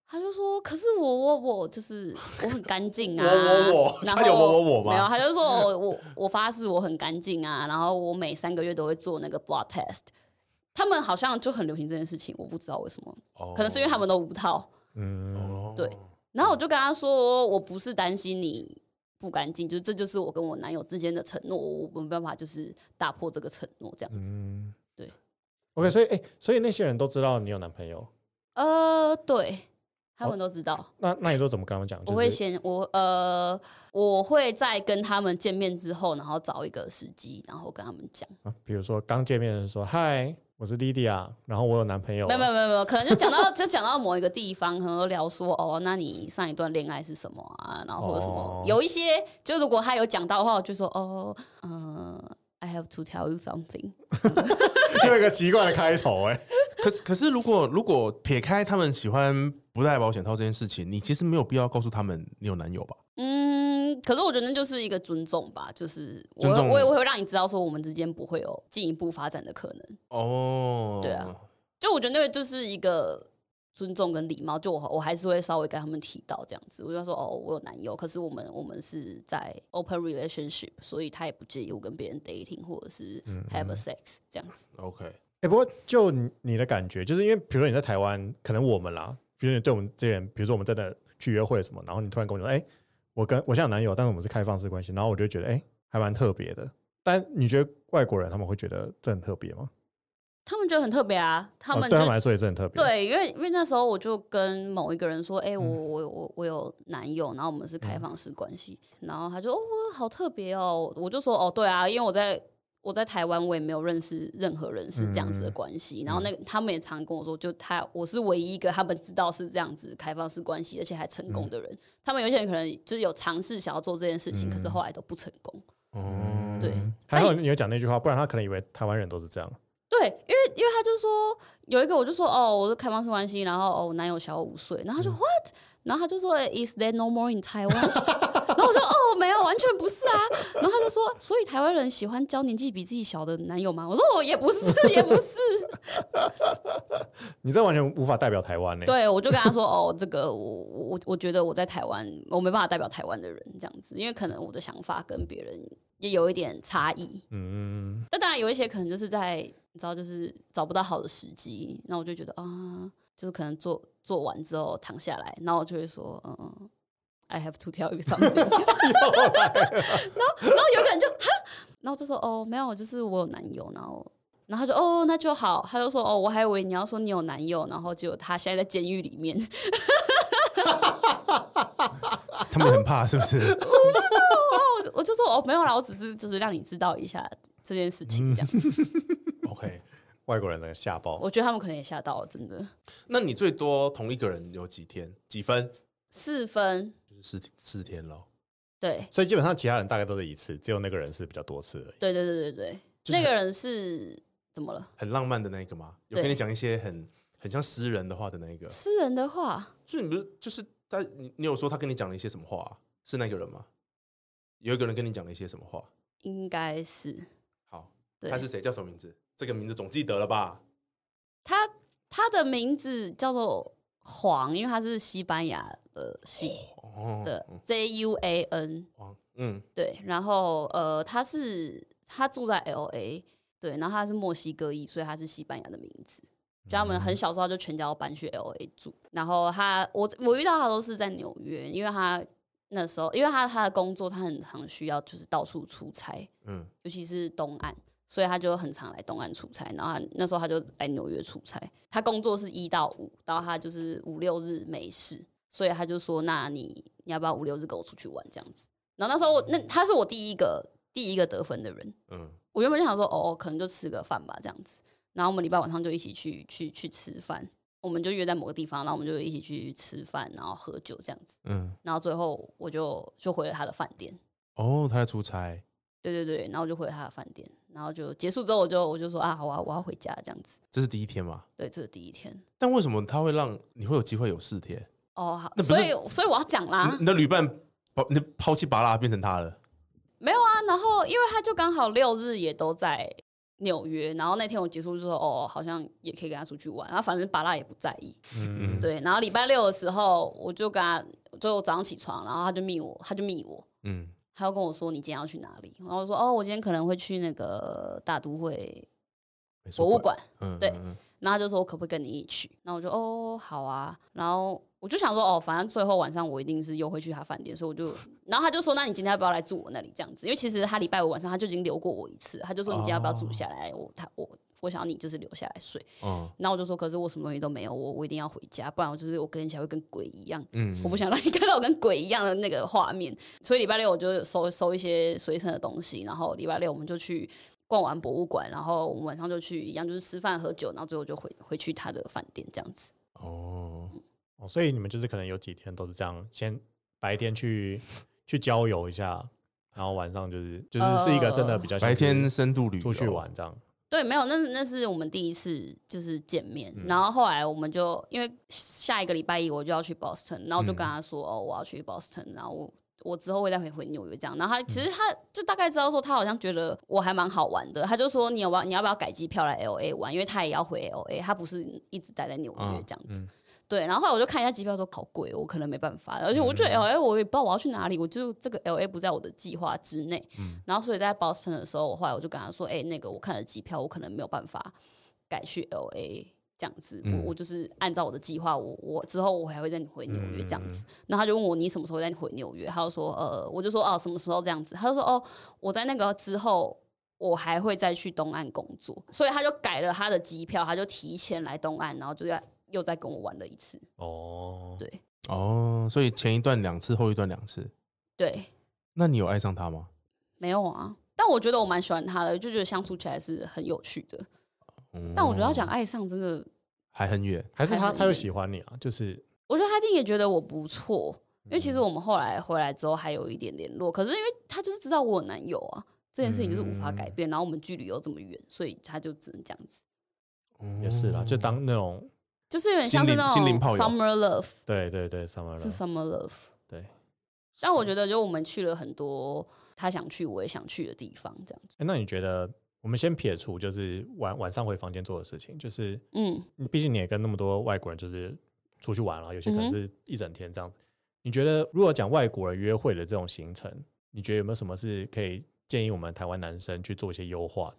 S4: 他就说：“可是我我我就是我很干净啊，
S2: 我我我
S4: 然
S2: 他
S4: 后
S2: 有我我我吗
S4: 没有，他就说我我我发誓我很干净啊，然后我每三个月都会做那个 blood test。他们好像就很流行这件事情，我不知道为什么，
S2: 哦
S4: 可能是因为他们都无套。
S3: 嗯，
S2: 哦
S4: 对然后我就跟他说，我不是担心你不干净，就是这就是我跟我男友之间的承诺，我我没办法就是打破这个承诺这样子。
S3: 嗯，
S4: 对。
S3: OK，所以哎、所以那些人都知道你有男朋友，
S4: 呃，对
S2: 哦
S4: 他们都知道，
S3: 那那你都怎么跟他们讲？
S4: 我会
S3: 就是
S4: 先我呃，我会在跟他们见面之后，然后找一个时机，然后跟他们讲。
S3: 啊，比如说刚见面的时候说嗨，我是 Lydia，然后我有男朋友啊，
S4: 没有没有没有没有，可能就讲到就讲到某一个地方，可能会聊说哦，那你上一段恋爱是什么啊？然后或者什么，
S3: 哦
S4: 有一些就如果他有讲到的话，我就说哦，嗯、i have to tell you something。
S3: 又一个奇怪的开头哎、
S2: 可是，可是，如果如果撇开他们喜欢不戴保险套这件事情，你其实没有必要告诉他们你有男友吧？
S4: 嗯，可是我觉得那就是一个尊重吧，就是我
S2: 尊重
S4: 我也会让你知道说我们之间不会有进一步发展的可能。
S2: 哦，
S4: 对啊，就我觉得那个就是一个尊重跟礼貌，就我我还是会稍微跟他们提到这样子，我就说哦，我有男友，可是我们我们是在 open relationship，所以他也不介意我跟别人 dating 或者是
S3: 嗯
S4: have a sex 这样子。
S2: ，OK，
S3: 哎、不过就你你的感觉，就是因为比如说你在台湾，可能我们啦，比如你对我们这些人，比如说我们真的去约会什么，然后你突然跟我说，哎、我跟我现在有男友，但是我们是开放式关系，然后我就觉得，哎、还蛮特别的。但你觉得外国人他们会觉得这很特别吗？
S4: 他们觉得很特别啊，他
S3: 哦、
S4: 们
S3: 对
S4: 就、
S3: 他们来说也是很特别。，
S4: 对，因为因为那时候我就跟某一个人说，哎、我我我我有男友，然后我们是开放式关系，然后他就哦，好特别哦，我就说哦，对啊，因为我在我在台湾，我也没有认识任何人是这样子的关系，然后那个他们也常跟我说，就他我是唯一一个他们知道是这样子开放式关系，而且还成功的人，他们有些人可能就是有尝试想要做这件事情，可是后来都不成功，
S2: 哦，
S4: 对
S3: 嗯还好你有讲那句话，不然他可能以为台湾人都是这样。
S4: 对，对，因为因为他就说有一个，我就说哦，我是开放式关系，然后哦，我男友小我五岁，然后他就 what，然后他就说哎 is there no more in Taiwan？然 后我就哦，没有，完全不是啊。然后他就说，所以台湾人喜欢交年纪比自己小的男友吗？我说我也不是，也不是。
S3: 你这完全无法代表台湾呢、
S4: 对，我就跟他说哦，这个我我我觉得我在台湾，我没办法代表台湾的人这样子，因为可能我的想法跟别人也有一点差异。
S3: 嗯，
S4: 但当然有一些可能就是在你知道，就是找不到好的时机，那我就觉得啊，就是可能做做完之后躺下来，然后我就会说，嗯嗯，I have to tell you something。然后 然后有个人就哈，然后我就说哦，没有，就是我有男友，然后。然后他就哦，那就好。他就说哦，我还以为你要说你有男友，然后结果他现在在监狱里面。
S2: 他们很怕是不是？
S4: 我就我就说哦，没有啦，我只是就是让你知道一下这件事情这样子。
S2: OK，
S3: 外国人的吓爆，
S4: 我觉得他们可能也吓到了，真的。
S2: 那你最多同一个人有几天？几分？
S4: 四分，
S2: 就是四四天咯。
S4: 对，
S3: 所以基本上其他人大概都是一次，只有那个人是比较多次而已。
S4: 对对对对对，
S2: 就是
S4: 那个人是怎么了？
S2: 很浪漫的那一个吗？有
S4: 对
S2: 跟你讲一些很很像诗人的话的那一个？
S4: 私人的话，
S2: 就是你不是就是他你你有说他跟你讲了一些什么话啊、是那个人吗？有一个人跟你讲了一些什么话？
S4: 应该是
S2: 好，
S4: 对
S2: 他是谁？叫什么名字？这个名字总记得了吧？
S4: 他他的名字叫做黄，因为他是西班牙的姓
S2: 哦，
S4: 的
S2: 嗯
S4: J U A N，
S2: 哇嗯，
S4: 对，然后呃，他是他住在 L A，对，然后他是墨西哥裔，所以他是西班牙的名字。就他们很小时候就全家都搬去 L A 住，然后他我我遇到他都是在纽约，因为他那时候因为他他的工作他很常需要就是到处出差，
S2: 嗯，
S4: 尤其是东岸，所以他就很常来东岸出差。然后他那时候他就来纽约出差，他工作是一到五，然后他就是五六日没事，所以他就说：“那你你要不要五六日跟我出去玩？”这样子。然后那时候我那他是我第一个第一个得分的人，
S2: 嗯，
S4: 我原本就想说，哦，可能就吃个饭吧，这样子。然后我们礼拜晚上就一起去去去吃饭，我们就约在某个地方，然后我们就一起去吃饭，然后喝酒这样子。
S2: 嗯，
S4: 然后最后我就就回了他的饭店，
S2: 哦，他在出差，
S4: 对对对，然后我就回了他的饭店，然后就结束之后，我就我就说啊，好啊，我要回家这样子。
S2: 这是第一天嘛？
S4: 对，这是第一天。
S2: 但为什么他会让你会有机会有四天？
S4: 哦，好，
S2: 那不
S4: 所
S2: 是嗯
S4: 以所以我要讲啦
S2: 你，你的旅伴把你的抛弃巴拉变成他了，
S4: 没有啊。然后因为他就刚好六日也都在纽约，然后那天我结束就说，哦，好像也可以跟他出去玩，然后反正巴拉也不在意，
S3: 嗯，
S4: 对，然后礼拜六的时候，我就跟他，就我早上起床，然后他就密我，他就密我，
S2: 嗯，
S4: 他就跟我说你今天要去哪里，然后我说哦，我今天可能会去那个大都会
S2: 美术
S4: 博物，馆，
S2: 嗯，
S4: 对
S2: 嗯，
S4: 然后他就说我可不可以跟你一起去，然后我就哦好啊，然后我就想说哦，反正最后晚上我一定是又会去他饭店，所以我就，然后他就说那你今天要不要来住我那里这样子，因为其实他礼拜五晚上他就已经留过我一次，他就说你今天要不要住下来，我他我我想要你就是留下来睡，
S2: 嗯
S4: 然后我就说可是我什么东西都没有，我我一定要回家，不然我就是我跟你起来会跟鬼一样。
S2: 嗯，
S4: 我不想让你看到我跟鬼一样的那个画面，所以礼拜六我就收收一些随身的东西，然后礼拜六我们就去逛完博物馆，然后我们晚上就去一样就是吃饭喝酒，然后最后就回回去他的饭店这样子。
S2: 哦，
S3: 哦，所以你们就是可能有几天都是这样，先白天去去郊游一下，然后晚上就是就是是一个真的比较像
S2: 白
S3: 是
S2: 天深度旅游
S3: 出去，玩这样。
S4: 对，没有，那那是我们第一次就是见面，然后后来我们就因为下一个礼拜一我就要去 Boston，然后我就跟他说、哦，我要去 Boston，然后我我之后会再回回纽约这样，然后他其实他就大概知道说他好像觉得我还蛮好玩的，他就说你要不要你要不要改机票来 L A 玩，因为他也要回 L A，他不是一直待在纽
S2: 啊
S4: 约这样子。对，然后后来我就看一下机票，说好贵哦，我可能没办法。而且我觉得 L A 我也不知道我要去哪里，我就这个 L A 不在我的计划之内。然后所以在 Boston 的时候，我后来我就跟他说，哎、那个我看了机票，我可能没有办法改去 L A 这样子，我我就是按照我的计划，我我之后我还会再回纽约这样子。然后他就问我你什么时候再回纽约，他就说呃，我就说哦什么时候这样子，他就说哦我在那个之后。我还会再去东岸工作，所以他就改了他的机票，他就提前来东岸，然后就要又再跟我玩了一次。
S3: 哦，
S4: 对
S2: 哦，所以前一段两次，后一段两次，
S4: 对，
S2: 那你有爱上他吗？
S4: 没有啊，但我觉得我蛮喜欢他的，就觉得相处起来是很有趣的。
S2: 嗯
S4: 但我觉得要讲爱上，真的
S2: 还很远，
S3: 还是
S4: 还
S3: 他
S4: 很
S3: 他又
S4: 远
S3: 喜欢你啊？就是
S4: 我觉得他一定也觉得我不错，因为其
S3: 嗯
S4: 实我们后来回来之后还有一点联络，可是因为他就是
S3: 嗯
S4: 知道我有男友啊，这件事情就是无法改变，然后我们距离又这么远，所以他就只能这样子。
S3: 也是
S2: 嗯
S3: 啦， 就当那种
S4: 就是有点像是那种
S2: 心灵炮友
S4: summer love，
S3: 对对对，summer
S4: 是
S3: love，
S4: summer love。
S3: 对。
S4: 但我觉得，就我们去了很多他想去，我也想去的地方，这样子。
S3: 哎那你觉得？我们先撇除就是晚晚上回房间做的事情，就是
S4: 嗯，
S3: 你毕竟你也跟那么多外国人就是出去玩了，有些可能
S4: 嗯哼
S3: 是一整天这样子。你觉得如果讲外国人约会的这种行程，你觉得有没有什么是可以建议我们台湾男生去做一些优化的？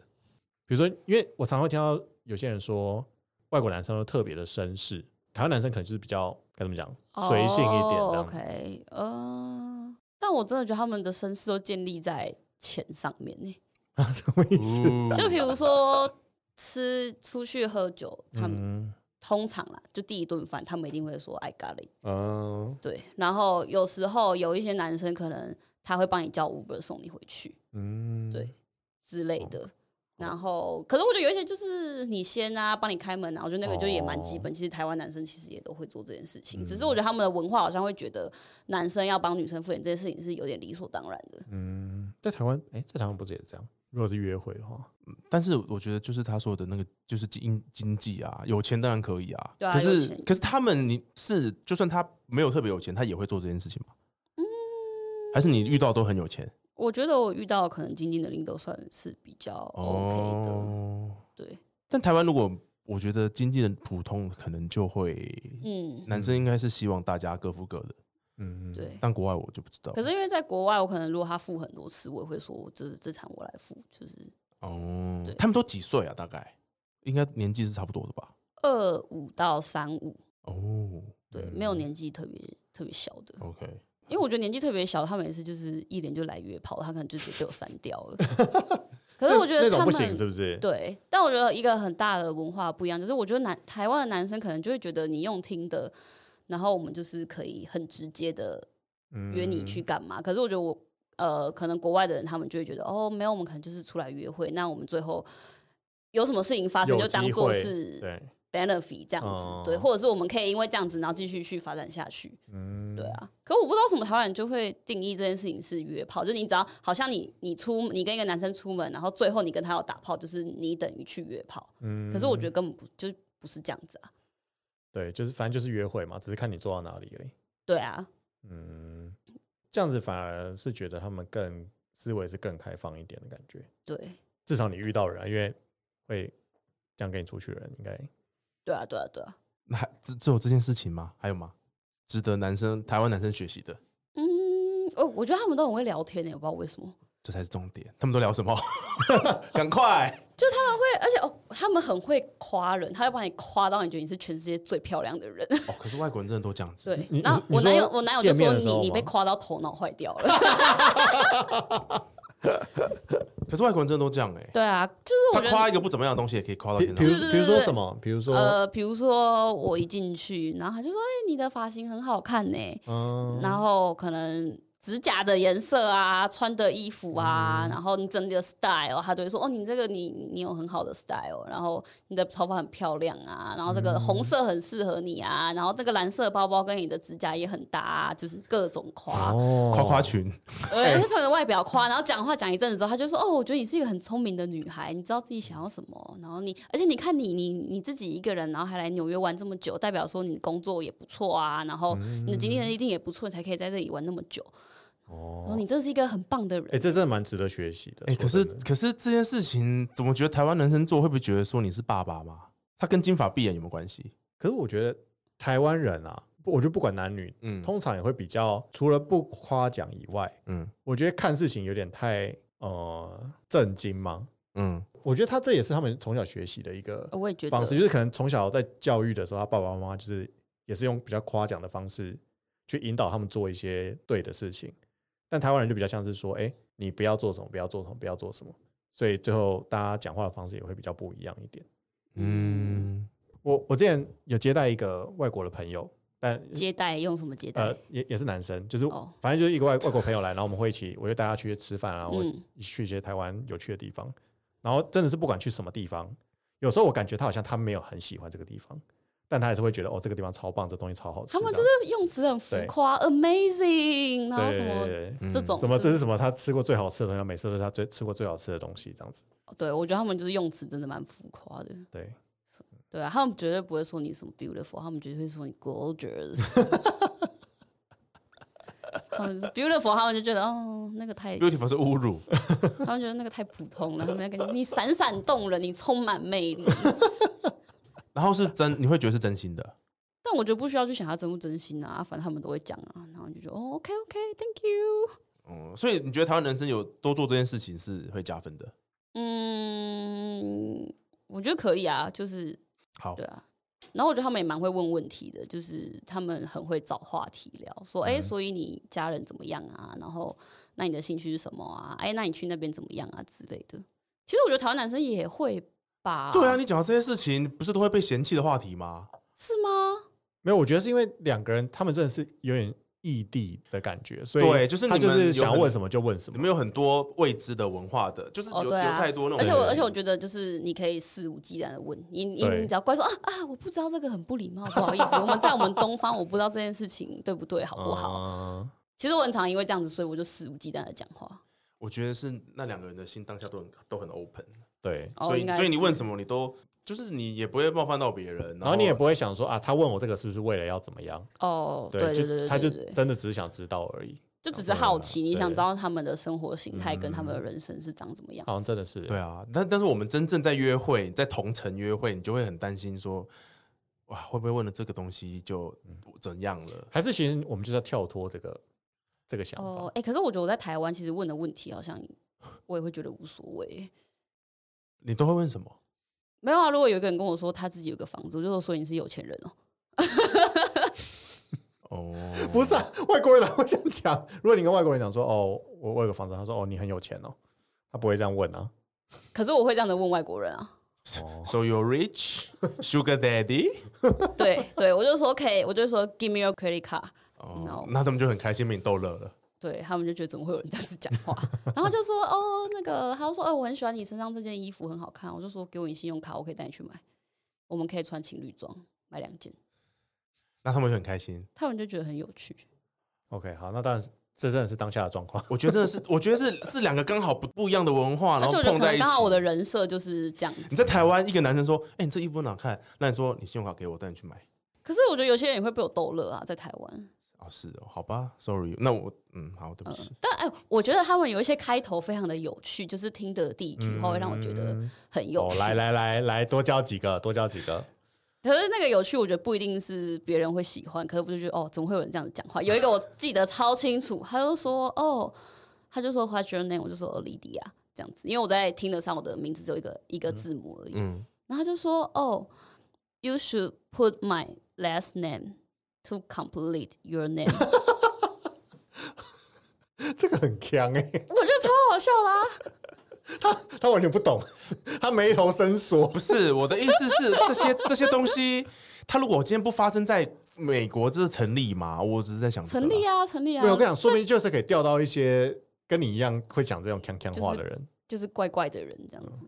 S3: 比如说，因为我常会听到有些人说外国男生都特别的绅士，台湾男生可能就是比较该怎么讲随性一点这样子。
S4: 哦 OK，呃，但我真的觉得他们的绅士都建立在钱上面呢、
S3: 什么意思？嗯
S2: 哦
S4: 就比如说吃、出去喝酒，他们
S3: 嗯
S4: 通常啦，就第一顿饭，他们一定会说 I got it。
S3: 嗯
S4: 对，然后有时候有一些男生可能他会帮你叫 Uber 送你回去
S3: 嗯，哦
S4: 对之类的。然后，可是我觉得有一些就是你先啊，帮你开门啊，我觉得那个就也蛮
S3: 哦
S4: 基本。其实台湾男生其实也都会做这件事情，只是我觉得
S3: 嗯
S4: 他们的文化好像会觉得男生要帮女生付钱这件事情是有点理所当然的。
S3: 嗯，在台湾，哎、在台湾不是也是这样？如果是约会的话，
S2: 但是我觉得就是他说的那个，就是经经济啊，有钱当然可以啊。
S4: 对啊
S2: 可
S4: 有
S2: 是
S4: 钱
S2: 可是他们你是，就算他没有特别有钱，他也会做这件事情吗？
S4: 嗯
S2: 还是你遇到都很有钱
S4: 我觉得我遇到可能经济能力都算是比较 OK 的，
S2: 哦。
S4: 对，
S2: 但台湾如果我觉得经济的普通，可能就会
S4: 嗯，
S2: 男生应该是希望大家各付各的，
S3: 嗯，
S4: 对。
S2: 但国外我就不知道。
S4: 可是因为在国外，我可能如果他付很多次，我也会说这这餐我来付，就是
S2: 哦
S4: 对，
S2: 他们都几岁啊？大概应该年纪是差不多的吧？
S4: 二五到三五，
S2: 哦
S4: 对，
S3: 嗯
S4: 没有年纪特别特别小的，
S3: 哦
S2: ，OK，
S4: 因为我觉得年纪特别小的，他每次就是一脸就来约炮，他可能就直接被我删掉 了。可是我觉
S3: 那
S4: 得
S3: 种
S4: 他
S3: 不行，
S4: 们
S3: 是不是？
S4: 对，但我觉得一个很大的文化不一样，就是我觉得男台湾的男生可能就会觉得你用听的，然后我们就是可以很直接的约
S3: 嗯
S4: 你去干嘛？可是我觉得我呃，可能国外的人他们就会觉得哦，没有，我们可能就是出来约会，那我们最后有什么事情发生
S3: 有
S4: 啊就当
S3: 机
S4: 做
S3: 会
S4: 是
S3: 对，
S4: benefit 这样子，
S3: 哦
S4: 对，或者是我们可以因为这样子，然后继续去发展下去，
S3: 嗯，
S4: 对啊。可我不知道为什么台湾人就会定义这件事情是约炮，就你只要好像你你出你跟一个男生出门，然后最后你跟他有打炮，就是你等于去约炮。
S3: 嗯
S4: 可是我觉得根本不就不是这样子啊，
S3: 对，就是反正就是约会嘛，只是看你做到哪里而已。
S4: 对啊，
S3: 嗯，这样子反而是觉得他们更思维是更开放一点的感觉。
S4: 对
S3: 至少你遇到人啊，因为会这样跟你出去的人，应该
S4: 对啊，对啊，对啊，
S2: 那还只只有这件事情吗？还有吗？值得男生台湾男生学习的，
S4: 嗯，哦，我觉得他们都很会聊天的、欸我不知道为什么。
S2: 这才是重点。他们都聊什么？ 赶快！
S4: 对，而且哦，他们很会夸人，他会把你夸到你觉得你是全世界最漂亮的人。
S2: 哦，可是外国人真的都这样子。
S4: 对
S3: 你，
S4: 然后
S3: 你
S4: 我男友
S3: 你说
S4: 我男友就
S3: 见面
S4: 说
S3: 的时候
S4: 你你被
S3: 吗
S4: 夸到头脑坏掉了。
S2: 可是外国人真的都这样哎、
S4: 对啊，就是
S2: 他
S4: 我觉
S2: 夸
S4: 得
S2: 一个不怎么样的东西也可以夸到
S3: 比
S2: 天
S3: 比
S2: 上
S3: 如
S2: 去。
S3: 比如说什么，比如说、
S4: 呃，比如说我一进去，然后他就说：“哎、你的发型很好看呢、
S3: 嗯，
S4: 然后可能指甲的颜色啊，穿的衣服啊，然后你整体的 style，他都会说：“哦，你这个你你有很好的 style，然后你的头发很漂亮啊，然后这个红色很适合你啊，然后这个蓝色包包跟你的指甲也很搭、啊，就是各种夸。
S3: 哦
S2: 夸夸群，
S3: 哎
S4: 对，他从你的外表夸，然后讲话讲一阵子之后，他就说：“哦，我觉得你是一个很聪明的女孩，你知道自己想要什么。然后你，而且你看你，你你自己一个人，然后还来纽约玩这么久，代表说你工作也不错啊，然后你的经济能力一定也不错，才可以在这里玩那么久。然后
S3: 哦，
S4: 你真是一个很棒的人。
S3: 哎、这真的蛮值得学习的。
S2: 哎、
S3: 说
S2: 可是
S3: 真的
S2: 可是这件事情，怎么觉得台湾男生做会不会觉得说你是爸爸吗？他跟金发碧眼有没有关系？
S3: 可是我觉得台湾人啊，不我觉得不管男女，
S2: 嗯
S3: 通常也会比较除了不夸奖以外，
S2: 嗯
S3: 我觉得看事情有点太呃震惊嘛。
S2: 嗯，
S3: 我觉得他这也是他们从小学习的一个
S4: 呃我也觉得
S3: 方，式，就是可能从小在教育的时候，他爸爸妈妈就是也是用比较夸奖的方式去引导他们做一些对的事情。但台湾人就比较像是说，哎、你不要做什么，不要做什么，不要做什么，所以最后大家讲话的方式也会比较不一样一点。
S2: 嗯，
S3: 我我之前有接待一个外国的朋友，但
S4: 接待用什么接待？
S3: 呃，也也是男生，就是、
S4: 哦
S3: 反正就是一个外外国朋友来，然后我们会一起，我就带他去吃饭啊，我
S4: 嗯
S3: 一起去一些台湾有趣的地方，然后真的是不管去什么地方，有时候我感觉他好像他没有很喜欢这个地方，但他还是会觉得哦，这个地方超棒，这东西超好吃，
S4: 他们
S3: 这
S4: 就
S3: 样
S4: 是用词很浮夸，amazing，然后
S3: 对
S4: 什
S3: 对
S4: 么
S3: 对
S4: 这种
S3: 什么
S4: 就
S3: 这是什么他吃过最好吃的东西，每次都是他最吃过最好吃的东西，这样子，
S4: 对我觉得他们就是用词真的蛮浮夸的。
S3: 对，
S4: 对啊，他们绝对不会说你什么 beautiful，他们绝对会说你 gorgeous。他们是 beautiful，他们就觉得哦，那 个太，
S2: beautiful 是侮辱，
S4: 他们觉得那个太普通了。他们要跟你，你闪闪动人，你充满魅力。
S2: 然后是真，你会觉得是真心的。
S4: 但我觉得不需要去想他真不真心啊，反正他们都会讲啊，然后你就觉得哦，OK OK，Thank、you。
S2: 嗯，所以你觉得台湾人生有多做这件事情是会加分的？
S4: 嗯，我觉得可以啊，就是
S2: 好
S4: 对，啊。然后我觉得他们也蛮会问问题的，就是他们很会找话题聊，说
S2: 嗯
S4: 哎、诶所以你家人怎么样啊？然后那你的兴趣是什么啊？哎、那你去那边怎么样啊之类的。其实我觉得台湾男生也会吧？
S2: 对啊，你讲到这些事情，不是都会被嫌弃的话题吗？
S4: 是吗？
S3: 没有，我觉得是因为两个人他们真的是有点异地的感觉，所以
S2: 对就是
S3: 他
S2: 你
S3: 就
S2: 们
S3: 是
S2: 有
S3: 想
S2: 很
S3: 问什么就问什
S2: 你
S3: 么。
S2: 们有很多未知的文化的，就是有、
S4: 哦，对
S2: 有
S4: 啊，
S2: 太多那种。
S4: 而且我而且我觉得就是你可以肆无忌惮的问你你
S3: 对
S4: 你只要怪说啊啊，我不知道这个很不礼貌，不好意思，我们在我们东方我不知道这件事情对不对，好不
S2: 嗯
S4: 好？
S3: 啊
S4: 其实我很常因为这样子，所以我就肆无忌惮的讲话。
S2: 我觉得是那两个人的心当下都很都很 open，、
S3: 对，
S4: 哦
S2: 所以
S4: 应该
S2: 所以你
S4: 是
S2: 问什么你都就是你也不会冒犯到别人，
S3: 然后你也不会想说啊，他问我这个是不是为了要怎么样？
S4: 哦，对对
S3: 就
S4: 对对
S3: 他
S4: 对
S3: 就
S4: 对，
S3: 真的只是想知道而已，
S4: 就只是好奇，你
S3: 对
S4: 想知道他们的生活形态跟他们的人生是长怎么样
S3: 好像
S4: 子。
S3: 真的是
S2: 对啊。但但是我们真正在约会，在同城约会，你就会很担心说，哇，会不会问了这个东西就怎样了？
S3: 还是其实我们就是要跳脱这个这个想法。
S4: 哦，哎、可是我觉得我在台湾其实问的问题好像我也会觉得无所谓。
S2: 你都会问什么？
S4: 没有啊，如果有一个人跟我说他自己有个房子，我就说所以你是有钱人哦。
S2: 哦，
S3: 不是、啊、外国人哪会这样讲？如果你跟外国人讲说哦，我我有个房子，他说哦你很有钱哦，他不会这样问啊。
S4: 可是我会这样子问外国人啊。
S3: 哦，
S2: ，So you're rich, sugar daddy？
S4: 对对，我就说 OK，我就说 Give me your credit card。
S2: 哦
S4: No
S2: 那他们就很开心被你逗乐了。
S4: 对他们就觉得怎么会有人这样子讲话， 然后就说哦，那个他就说，哎、我很喜欢你身上这件衣服，很好看。我就说给我你信用卡，我可以带你去买，我们可以穿情侣装买两件。
S2: 那他们就很开心，
S4: 他们就觉得很有趣。
S3: OK，好，那当然是这真的是当下的状况。
S2: 我觉得真的是，我觉得是是两个刚好不不一样的文化，
S4: 那
S2: 然后
S4: 就我觉得
S2: 碰
S4: 可
S2: 在
S4: 能
S2: 一起。
S4: 刚好我的人设就是这样
S2: 你
S4: 子。
S2: 在台湾，一个男生说：“哎、你这衣服哪看？”那你说：“你信用卡给我，带你去买。
S4: 可是我觉得有些人也会被我逗乐啊，在台湾。”
S2: 哦，是哦，好吧，sorry，那我嗯，好，对不
S4: 嗯
S2: 起，，
S4: 但哎，我觉得他们有一些开头非常的有趣，就是听的第一句话会让我觉得
S3: 嗯
S4: 很有
S3: 哦，
S4: 趣。
S3: 来来来来，多交几个，多交几 个。
S4: 可是那个有趣，我觉得不一定是别人会喜欢，可是我就觉得哦，怎么会有人这样子讲话？有一个我记得超清楚，他就说哦，他就说 What's your name？我就说 Lydia 这样子，因为我在听得上我的名字只有一个一个字母而已。
S2: 嗯，
S4: 然后他就说哦，You should put my last name to complete your name。
S3: 这个很强哎、
S4: 我觉得超好笑 啦、
S3: 他完全不懂，他眉头深锁
S2: 不。是我的意思是这些 这些东西，它如果今天不发生在美国，这是成立吗？我只是在想、这
S4: 成立
S2: 啊，
S4: 啊，成立啊。
S3: 没有，我跟你讲，说不定就是可以钓到一些跟你一样会讲这种锵锵话的人。
S4: 就是怪怪的人这样子，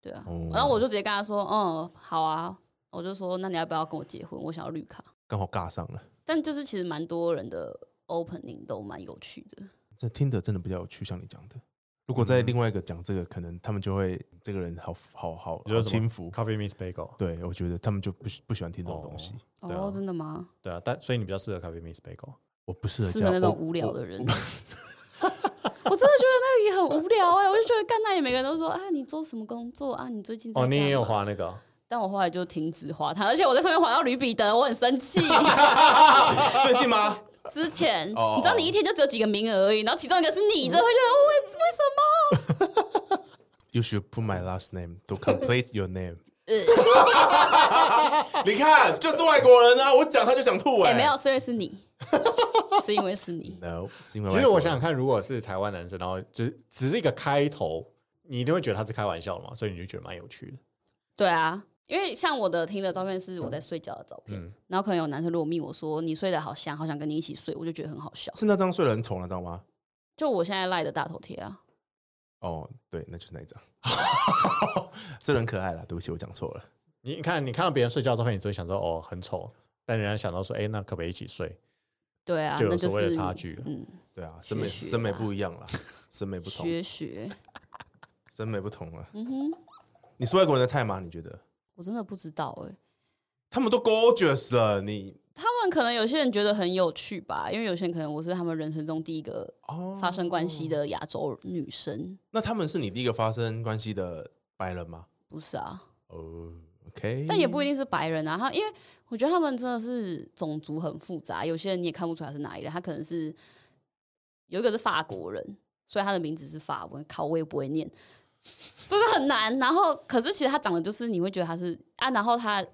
S4: 对啊。
S2: 哦
S4: 然后我就直接跟他说，嗯，好啊，我就说那你要不要跟我结婚？我想要绿卡。
S2: 刚好尬上了。
S4: 但就是其实蛮多人的 opening 都蛮有趣的，
S2: 这听的真的比较有趣，像你讲的。如果在
S3: 嗯
S2: 另外一个讲这个，可能他们就会这个人好好好
S3: 你说
S2: 好
S3: 什么
S2: 轻浮。
S3: Coffee meets bagel，
S2: 对，我觉得他们就不喜不喜欢听这种
S3: 哦
S2: 东西。
S3: 对啊
S4: 哦，真的吗？
S3: 对啊，但所以你比较适合 Coffee meets bagel。
S2: 我不适合
S4: 适
S2: 这
S4: 合
S2: 样
S4: 那种
S2: 我
S4: 无聊的
S2: 我
S4: 人。啊 我真的觉得那里很无聊哎、我就觉得干那里每个人都说啊，你做什么工作啊？你最近在
S3: 哦，你也有
S4: 干嘛
S3: 滑那个哦，
S4: 但我后来就停止滑它，而且我在上面滑到吕彼得，我很 生气。
S2: 最近吗？
S4: 之前
S2: 哦
S4: 你知道你一天就只有几个名额而已，然后其中一个是你，
S3: 嗯
S4: 真的会觉得哦为为什么？
S2: You should put my last name to complete your name 。你看，就是外国人啊！我讲他就想吐
S4: 哎、没有，是因为是你，是因为是你。
S2: ，no，是因为
S3: 其实我想想看，如果是台湾男生，然后只只是一个开头，你一定会觉得他是开玩笑嘛，所以你就觉得蛮有趣的。
S4: 对啊，因为像我的听的照片是我在睡觉的照片，
S3: 嗯
S4: 然后可能有男生如果密我说你睡得好香，好想跟你一起睡，我就觉得很好笑。
S2: 是那张睡得很丑，那张吗？
S4: 就我现在赖的大头贴啊，
S2: 哦，对，那就是那一 张，这人可爱了。对不起，我讲错了。
S3: 你你看，你看到别人睡觉之后，你只会想说哦很丑，但人家想到说，哎，那可不可以一起睡？
S4: 对啊，
S3: 就有
S4: 那就
S3: 所谓的
S4: 是
S3: 差距了
S4: 嗯，
S2: 对 啊，审美
S4: 学学
S2: 审美
S4: 吧
S2: 不一样啦，审美不同，
S4: 学学，
S2: 审美不同了。啊
S4: 嗯哼，
S2: 你是外国人的菜吗？你觉得？
S4: 我真的不知道哎、
S2: 他们都 gorgeous 了，你
S4: 他们可能有些人觉得很有趣吧，因为有些人可能我是他们人生中第一个
S2: 哦
S4: 发生关系。的亚洲女生，
S2: 那他们是你第一个发生关系的白人吗？
S4: 不是啊？
S2: 哦，OK，
S4: 但也不一定是白人啊。他因为我觉得他们真的是种族很复杂，有些人你也看不出来是哪里人，他可能是有一个是法国人，所以他的名字是法文，考我也不会念， 真的很难。然后可是其实他长得就是你会觉得他是啊，然后他。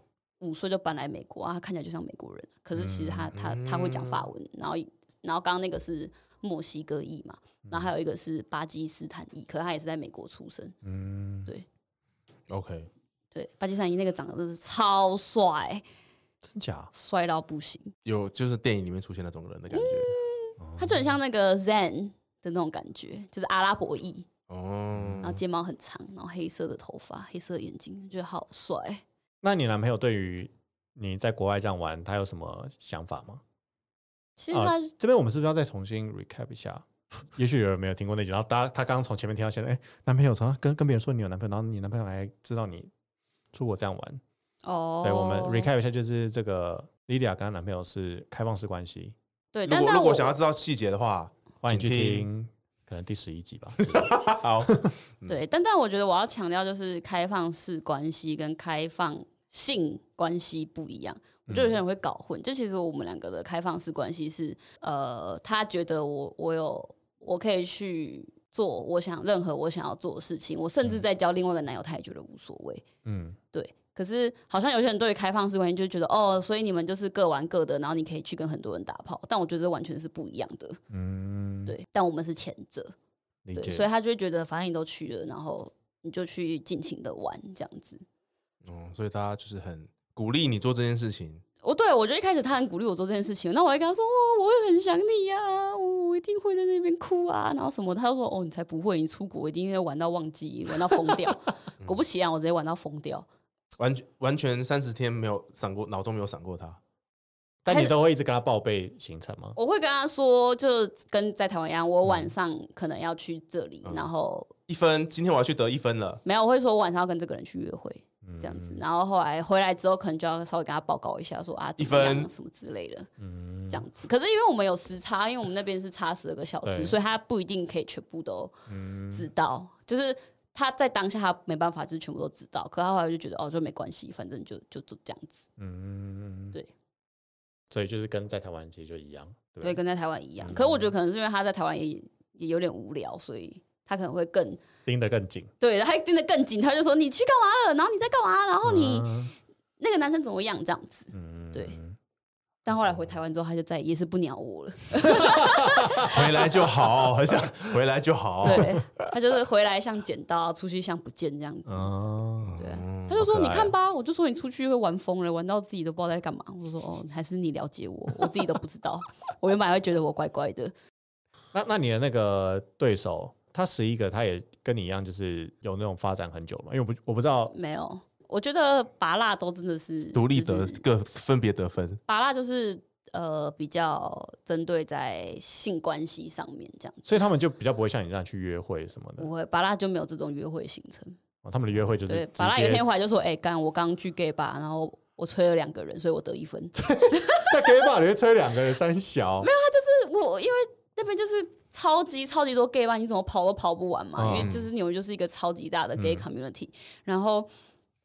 S4: 五岁就搬来美国啊，他看起来就像美国人，可是其实他、他他会讲法文，然后然后刚刚那个是墨西哥裔嘛，然后还有一个是巴基斯坦裔，可是他也是在美国出生，
S3: 嗯，
S2: OK，
S4: 对，巴基斯坦裔那个长得真是超帅，
S3: 真假？
S4: 帅到不行，
S2: 有就是电影里面出现那种人的感觉。
S4: 他就很像那个 Zen 的那种感觉，就是阿拉伯裔，
S2: 哦，
S4: 然后睫毛很长，然后黑色的头发，黑色的眼睛，觉得好帅。
S3: 那你男朋友对于你在国外这样玩，他有什么想法吗？
S4: 其
S2: 啊
S4: 实他、
S3: 这边我们是不是要再重新 recap 一下？ 也许有人没有听过那集，然后大家他刚刚从前面听到现在，哎、男朋友从跟跟别人说你有男朋友，然后你男朋友还知道你出国这样玩。
S4: 哦，
S3: 对，我们 recap 一下，就是这个 Lilia 跟她男朋友是开放式关系，
S4: 对，
S2: 如
S4: 但
S2: 果
S4: 但
S2: 如
S4: 我
S2: 果想要知道细节的话，
S3: 欢迎去
S2: 请听
S3: 听可能第十一集吧。
S2: 好，
S4: 对，但但我觉得我要强调就是开放式关系跟开放性关系不一样。我觉得有些人会搞混，就其实我们两个的开放式关系是，呃，他觉得我我有我可以去做我想任何我想要做的事情，我甚至在交另外一个男友，他也觉得无所谓。
S3: 嗯，
S4: 对。可是好像有些人对于开放式关系就觉得哦，所以你们就是各玩各的，然后你可以去跟很多人打炮，但我觉得这完全是不一样的。
S3: 嗯，
S4: 对，但我们是前者。
S3: 理
S4: 对，
S3: 解。
S4: 所以他就会觉得反正你都去了，然后你就去尽情的玩这样子。
S2: 嗯，所以大家就是很鼓励你做这件事情。
S4: 我哦对我就一开始他很鼓励我做这件事情，那我还跟他说，哦，我会很想你呀、哦我我一定会在那边哭啊，然后什么的，他就说，哦，你才不会，你出国一定会玩到忘记，玩到疯 掉。果不
S2: 嗯
S4: 其然，我直接玩到疯掉。
S2: 完全完全三十天没有闪过，脑中没有闪过他。
S3: 但你都会一直跟他报备行程吗？
S4: 我会跟他说，就跟在台湾一样，我晚上可能要去这里，
S2: 嗯
S4: 然后
S2: 一分，今天我要去得一分了。
S4: 没有，我会说我晚上要跟这个人去约会，
S3: 嗯
S4: 这样
S2: 嗯
S4: 子。然后后来回来之后，可能就要稍微跟他报告一下，说啊，怎么
S2: 一
S4: 样
S2: 分
S4: 什么之类的，
S3: 嗯
S4: 这样子。可是因为我们有时差，因为我们那边是差十二个小
S3: 对
S4: 时，所以他不一定可以全部都
S3: 嗯
S4: 知道，就是。他在当下他没办法，就是全部都知道。可他后来就觉得哦，就没关系，反正就就就这样子，
S3: 嗯，
S4: 对。
S3: 所以就是跟在台湾其实就一样，对不嗯
S4: 对，跟在台湾一样。可是我觉得可能是因为他在台湾也也有点无聊，所以他可能会更
S3: 盯得更紧。
S4: 对，他还盯得更紧。他就说你去干嘛了？然后你在干嘛？然后你、那个男生怎么样？这样子，
S3: 嗯
S4: 对但后来回台湾之后，他就再也是不鸟我了。
S2: 回来就好，很想回来就
S3: 哦
S2: 好。
S4: 对，他就是回来像捡到，出去像不见这样子。
S3: 哦，
S4: 对啊，
S2: 嗯
S4: 他就说：“
S3: 好可
S4: 你
S3: 爱
S4: 看吧。”我就说：“你出去会玩疯了，玩到自己都不知道在干嘛。”我就说：“哦，还是你了解我，我自己都不知 道。我原本还会觉得我乖乖的，
S3: 那那你的那个对手，他十一个，他也跟你一样，就是有那种发展很久嘛？因为我不我不知道，
S4: 没有。我觉得拔蜡都真的是
S2: 独立
S4: 就
S2: 得
S4: 是
S2: 各分别得分。
S4: 拔蜡就是呃比较针对在性关系上面这样子。
S3: 所以他们就比较不会像你这样去约会什么的。
S4: 不会，拔蜡就没有这种约会行程。
S3: 哦他们的约会就是
S4: 对，
S3: 直
S4: 拔蜡有一
S3: 接
S4: 天回来就说：“哎、干，我刚去 gay 吧，然后我吹了两个人，所以我得一分。”
S3: 在 gay bar 里面吹两个人三小，没有
S4: 我因为那边就是超级超级多 gay 吧，你怎么跑都跑不完嘛。
S3: 嗯
S4: 因为就是纽约就是一个超级大的 gay community，、然后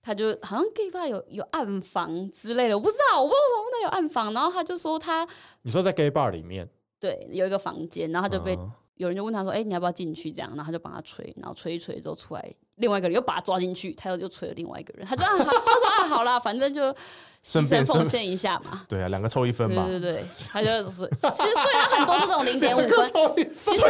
S4: 他就好像 gay 吧有有暗房之类的，我不知道，我不知道为什么那有暗房。然后他就说他
S3: 你说在 gay bar 里面，
S4: 对有一个房间，然后他就被、
S3: 嗯
S4: 有人就问他说：“哎、你要不要进去？”这样，然后他就帮他吹，然后吹一吹之后出来，另外一个人又把他抓进去，他又又吹了另外一个人。他就、啊、他他说：“啊，好啦，反正就牺
S2: 顺便
S4: 牲奉
S2: 顺
S4: 献一下嘛。”
S2: 对啊，两个凑一分
S4: 对
S2: 吧。
S4: 对对，他就是说，其实虽然很多这种零点五分，其实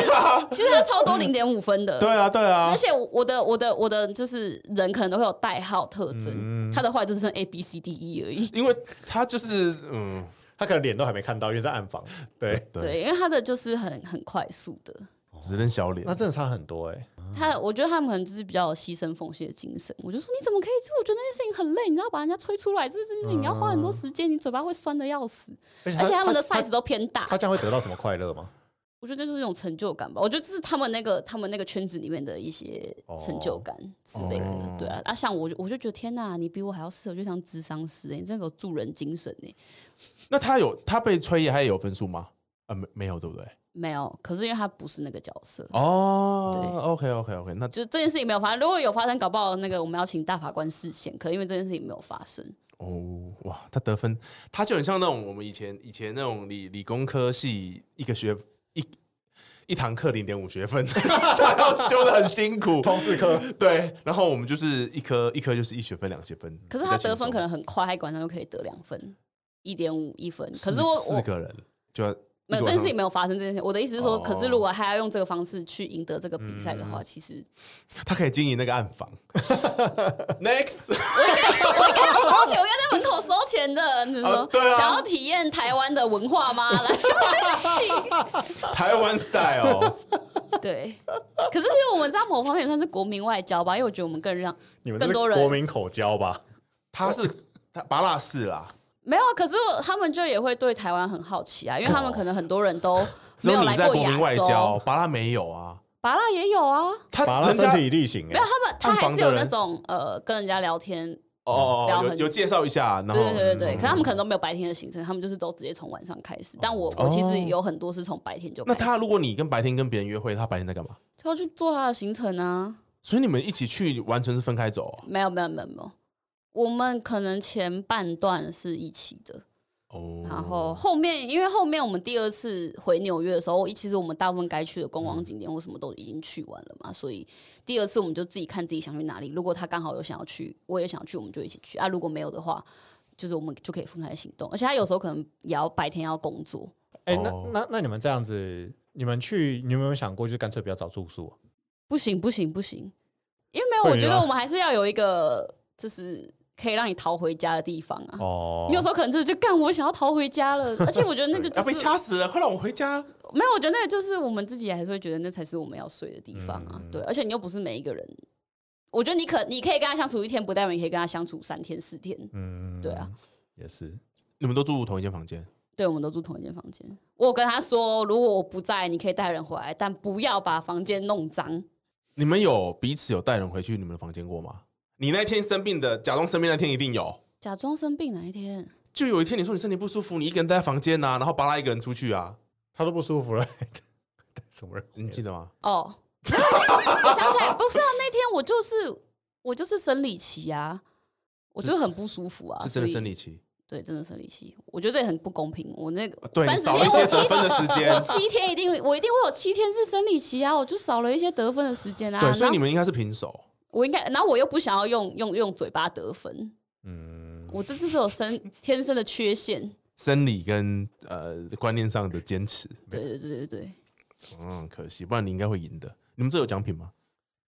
S4: 其实他超多零点五分的。
S2: 对啊，对啊
S4: 而。且我的我的我的就是人可能都会有代号特征，他的话就是剩 A B C D E 而已。
S2: 因为他就是嗯，
S3: 他可能脸都还没看到，因为在暗房。对，
S4: 对，因为他的就是很很快速的，
S2: 只认小脸
S3: 那。真的差很多哎、
S4: 他我觉得他们可能就是比较有牺牲奉献的精神。我就说你怎么可以做？我觉得那件事情很累，你知道把人家吹出来，这件事情你要花很多时间，你嘴巴会酸的要死。
S3: 而且
S4: 而且他们的
S3: 他
S4: size 都偏大
S3: 他，这样会得到什么快乐吗？
S4: 我觉得这就是一种成就感吧。我觉得这是他们那个他们那个圈子里面的一些成就感之类的。
S2: 哦
S4: 对啊，啊，像我就我就觉得天哪，你比我还要适合，就像智商师、欸，你真的有助人精神哎、
S2: 那他有他被吹也还有分数吗？啊，没没有，对不对？
S4: 没有，可是因为他不是那个角色。
S2: 哦
S4: 对
S2: ，OK OK OK，那
S4: 就这件事情没有发生，如果有发生，搞不好那个我们要请大法官视线。可因为这件事情没有发生，
S2: 哦哇，他得分，他就很像那种我们以前以前那种理理工科系一个学一一堂课零点五学分， 他要修的很辛苦，
S3: 通识 课
S2: 对，然后我们就是一科一科就是一学分两学分，
S4: 可是他
S2: 比较轻
S4: 得
S2: 松
S4: 分可能很快，他一晚上就可以得两分，一点五一分。可
S2: 四
S4: 是我
S2: 四
S4: 我
S2: 个人就要
S4: 没有
S2: 一个晚
S4: 这
S2: 上
S4: 件事情没有发生这件事。我的意思是说，
S2: 哦嗯
S4: 可是如果他要用这个方式去赢得这个比赛的话，其实
S2: 他可以经营那个暗房。Next，
S4: 我应该要收啊钱，我应该在门口收钱的。你说、
S2: 啊对啊
S4: 想要体验台湾的文化 吗？来，
S2: 台湾 style，
S4: 对。可是其实我们在某方面也算是国民外交吧，因为我觉得我们更让
S3: 你们这是
S4: 更多人
S3: 国民口交吧？
S2: 他是他拔蜡是啦，
S4: 没有啊，可是我他们就也会对台湾很好奇啊，因为他们可能很多人 都
S2: 只
S4: 没
S2: 有
S4: 有
S2: 哦你
S4: 来
S2: 在
S4: 过
S2: 国民外
S4: 亚
S2: 交，
S4: 洲，
S2: 拔蜡没有啊，
S4: 巴拉也有啊，
S2: 他
S3: 把他
S2: 人家
S3: 身体力行哎、
S4: 没有他们，他
S2: 暗
S4: 还
S2: 访
S4: 是
S2: 的
S4: 有
S2: 人
S4: 那种呃跟人家聊天，
S2: 哦哦
S4: 聊
S2: 哦，有
S4: 很
S2: 有介绍一下，然后
S4: 对对对对对，
S2: 嗯
S4: 可他们可能都没有白天的行程，他们就是都直接从晚上开始。但我我其实有很多是从白天就开
S2: 哦那
S4: 始，
S2: 他如果你跟白天跟别人约会，他白天在干嘛？
S4: 他要去做他的行程啊，
S2: 所以你们一起去，完全是分开走啊
S4: 没有没有没有没有，我们可能前半段是一起的，
S2: 哦。
S4: 然后后面，因为后面我们第二次回纽约的时候，其实我们大部分该去的观
S3: 嗯
S4: 光景点或什么都已经去完了嘛，所以第二次我们就自己看自己想去哪里。如果他刚好有想要去，我也想去，我们就一起去啊。如果没有的话，就是我们就可以分开行动。而且他有时候可能也要白天要工作，
S3: 哎、
S2: 哦
S3: 那那那你们这样子，你们去，你有没有想过，就干脆不要找住宿、啊？
S4: 不行不行不行，因为没有，
S3: 会
S4: 我觉得
S3: 吗
S4: 我们还是要有一个就是可以让你逃回家的地方啊。
S3: 哦，
S4: 你有时候可能真的就干，我想要逃回家了，而且我觉得那个就
S2: 要啊被
S4: 是
S2: 掐死了，快让我回家！
S4: 没有，我觉得那个就是我们自己还是会觉得那才是我们要睡的地方啊。
S3: 嗯
S4: 对，而且你又不是每一个人，我觉得你可你可以跟他相处一天，不代表你可以跟他相处三天四天。
S3: 嗯
S4: 对啊，
S3: 也是，
S2: 你们都住同一间房间，
S4: 对，我们都住同一间房间。我有跟他说，如果我不在，你可以带人回来，但不要把房间弄脏。
S2: 你们有彼此有带人回去你们的房间过吗？你那天生病的，假装生病那天一定有。
S4: 假装生病哪一天？
S2: 就有一天你说你身体不舒服，你一个人待在房间啊呐、然后巴拉一个人出去啊，
S3: 他都不舒服了， 什么人？
S2: 你记得吗？
S4: 哦，我想起来，不是啊，那天我就是我就是生理期啊，我就很不舒服啊，
S2: 是真的
S4: 所以
S2: 生理期，啊
S4: 对，真的生理期，我觉得这也很不公平。我那个
S2: 对
S4: 三
S2: 你
S4: 十
S2: 少了一
S4: 天，我
S2: 些
S4: 七
S2: 得分的时
S4: 我
S2: 间。
S4: 七天一定，我一定会有七天是生理期啊，我就少了一些得分的时间啊。
S2: 对，所以你
S4: 然后
S2: 们应该是平手。
S4: 我应该，然后我又不想要用用用嘴巴得分，
S3: 嗯，
S4: 我这就是有生天生的缺陷。
S2: 生理跟呃观念上的坚持，
S4: 对对对对对，
S2: 嗯，可惜，不然你应该会赢的。你们这有奖品吗？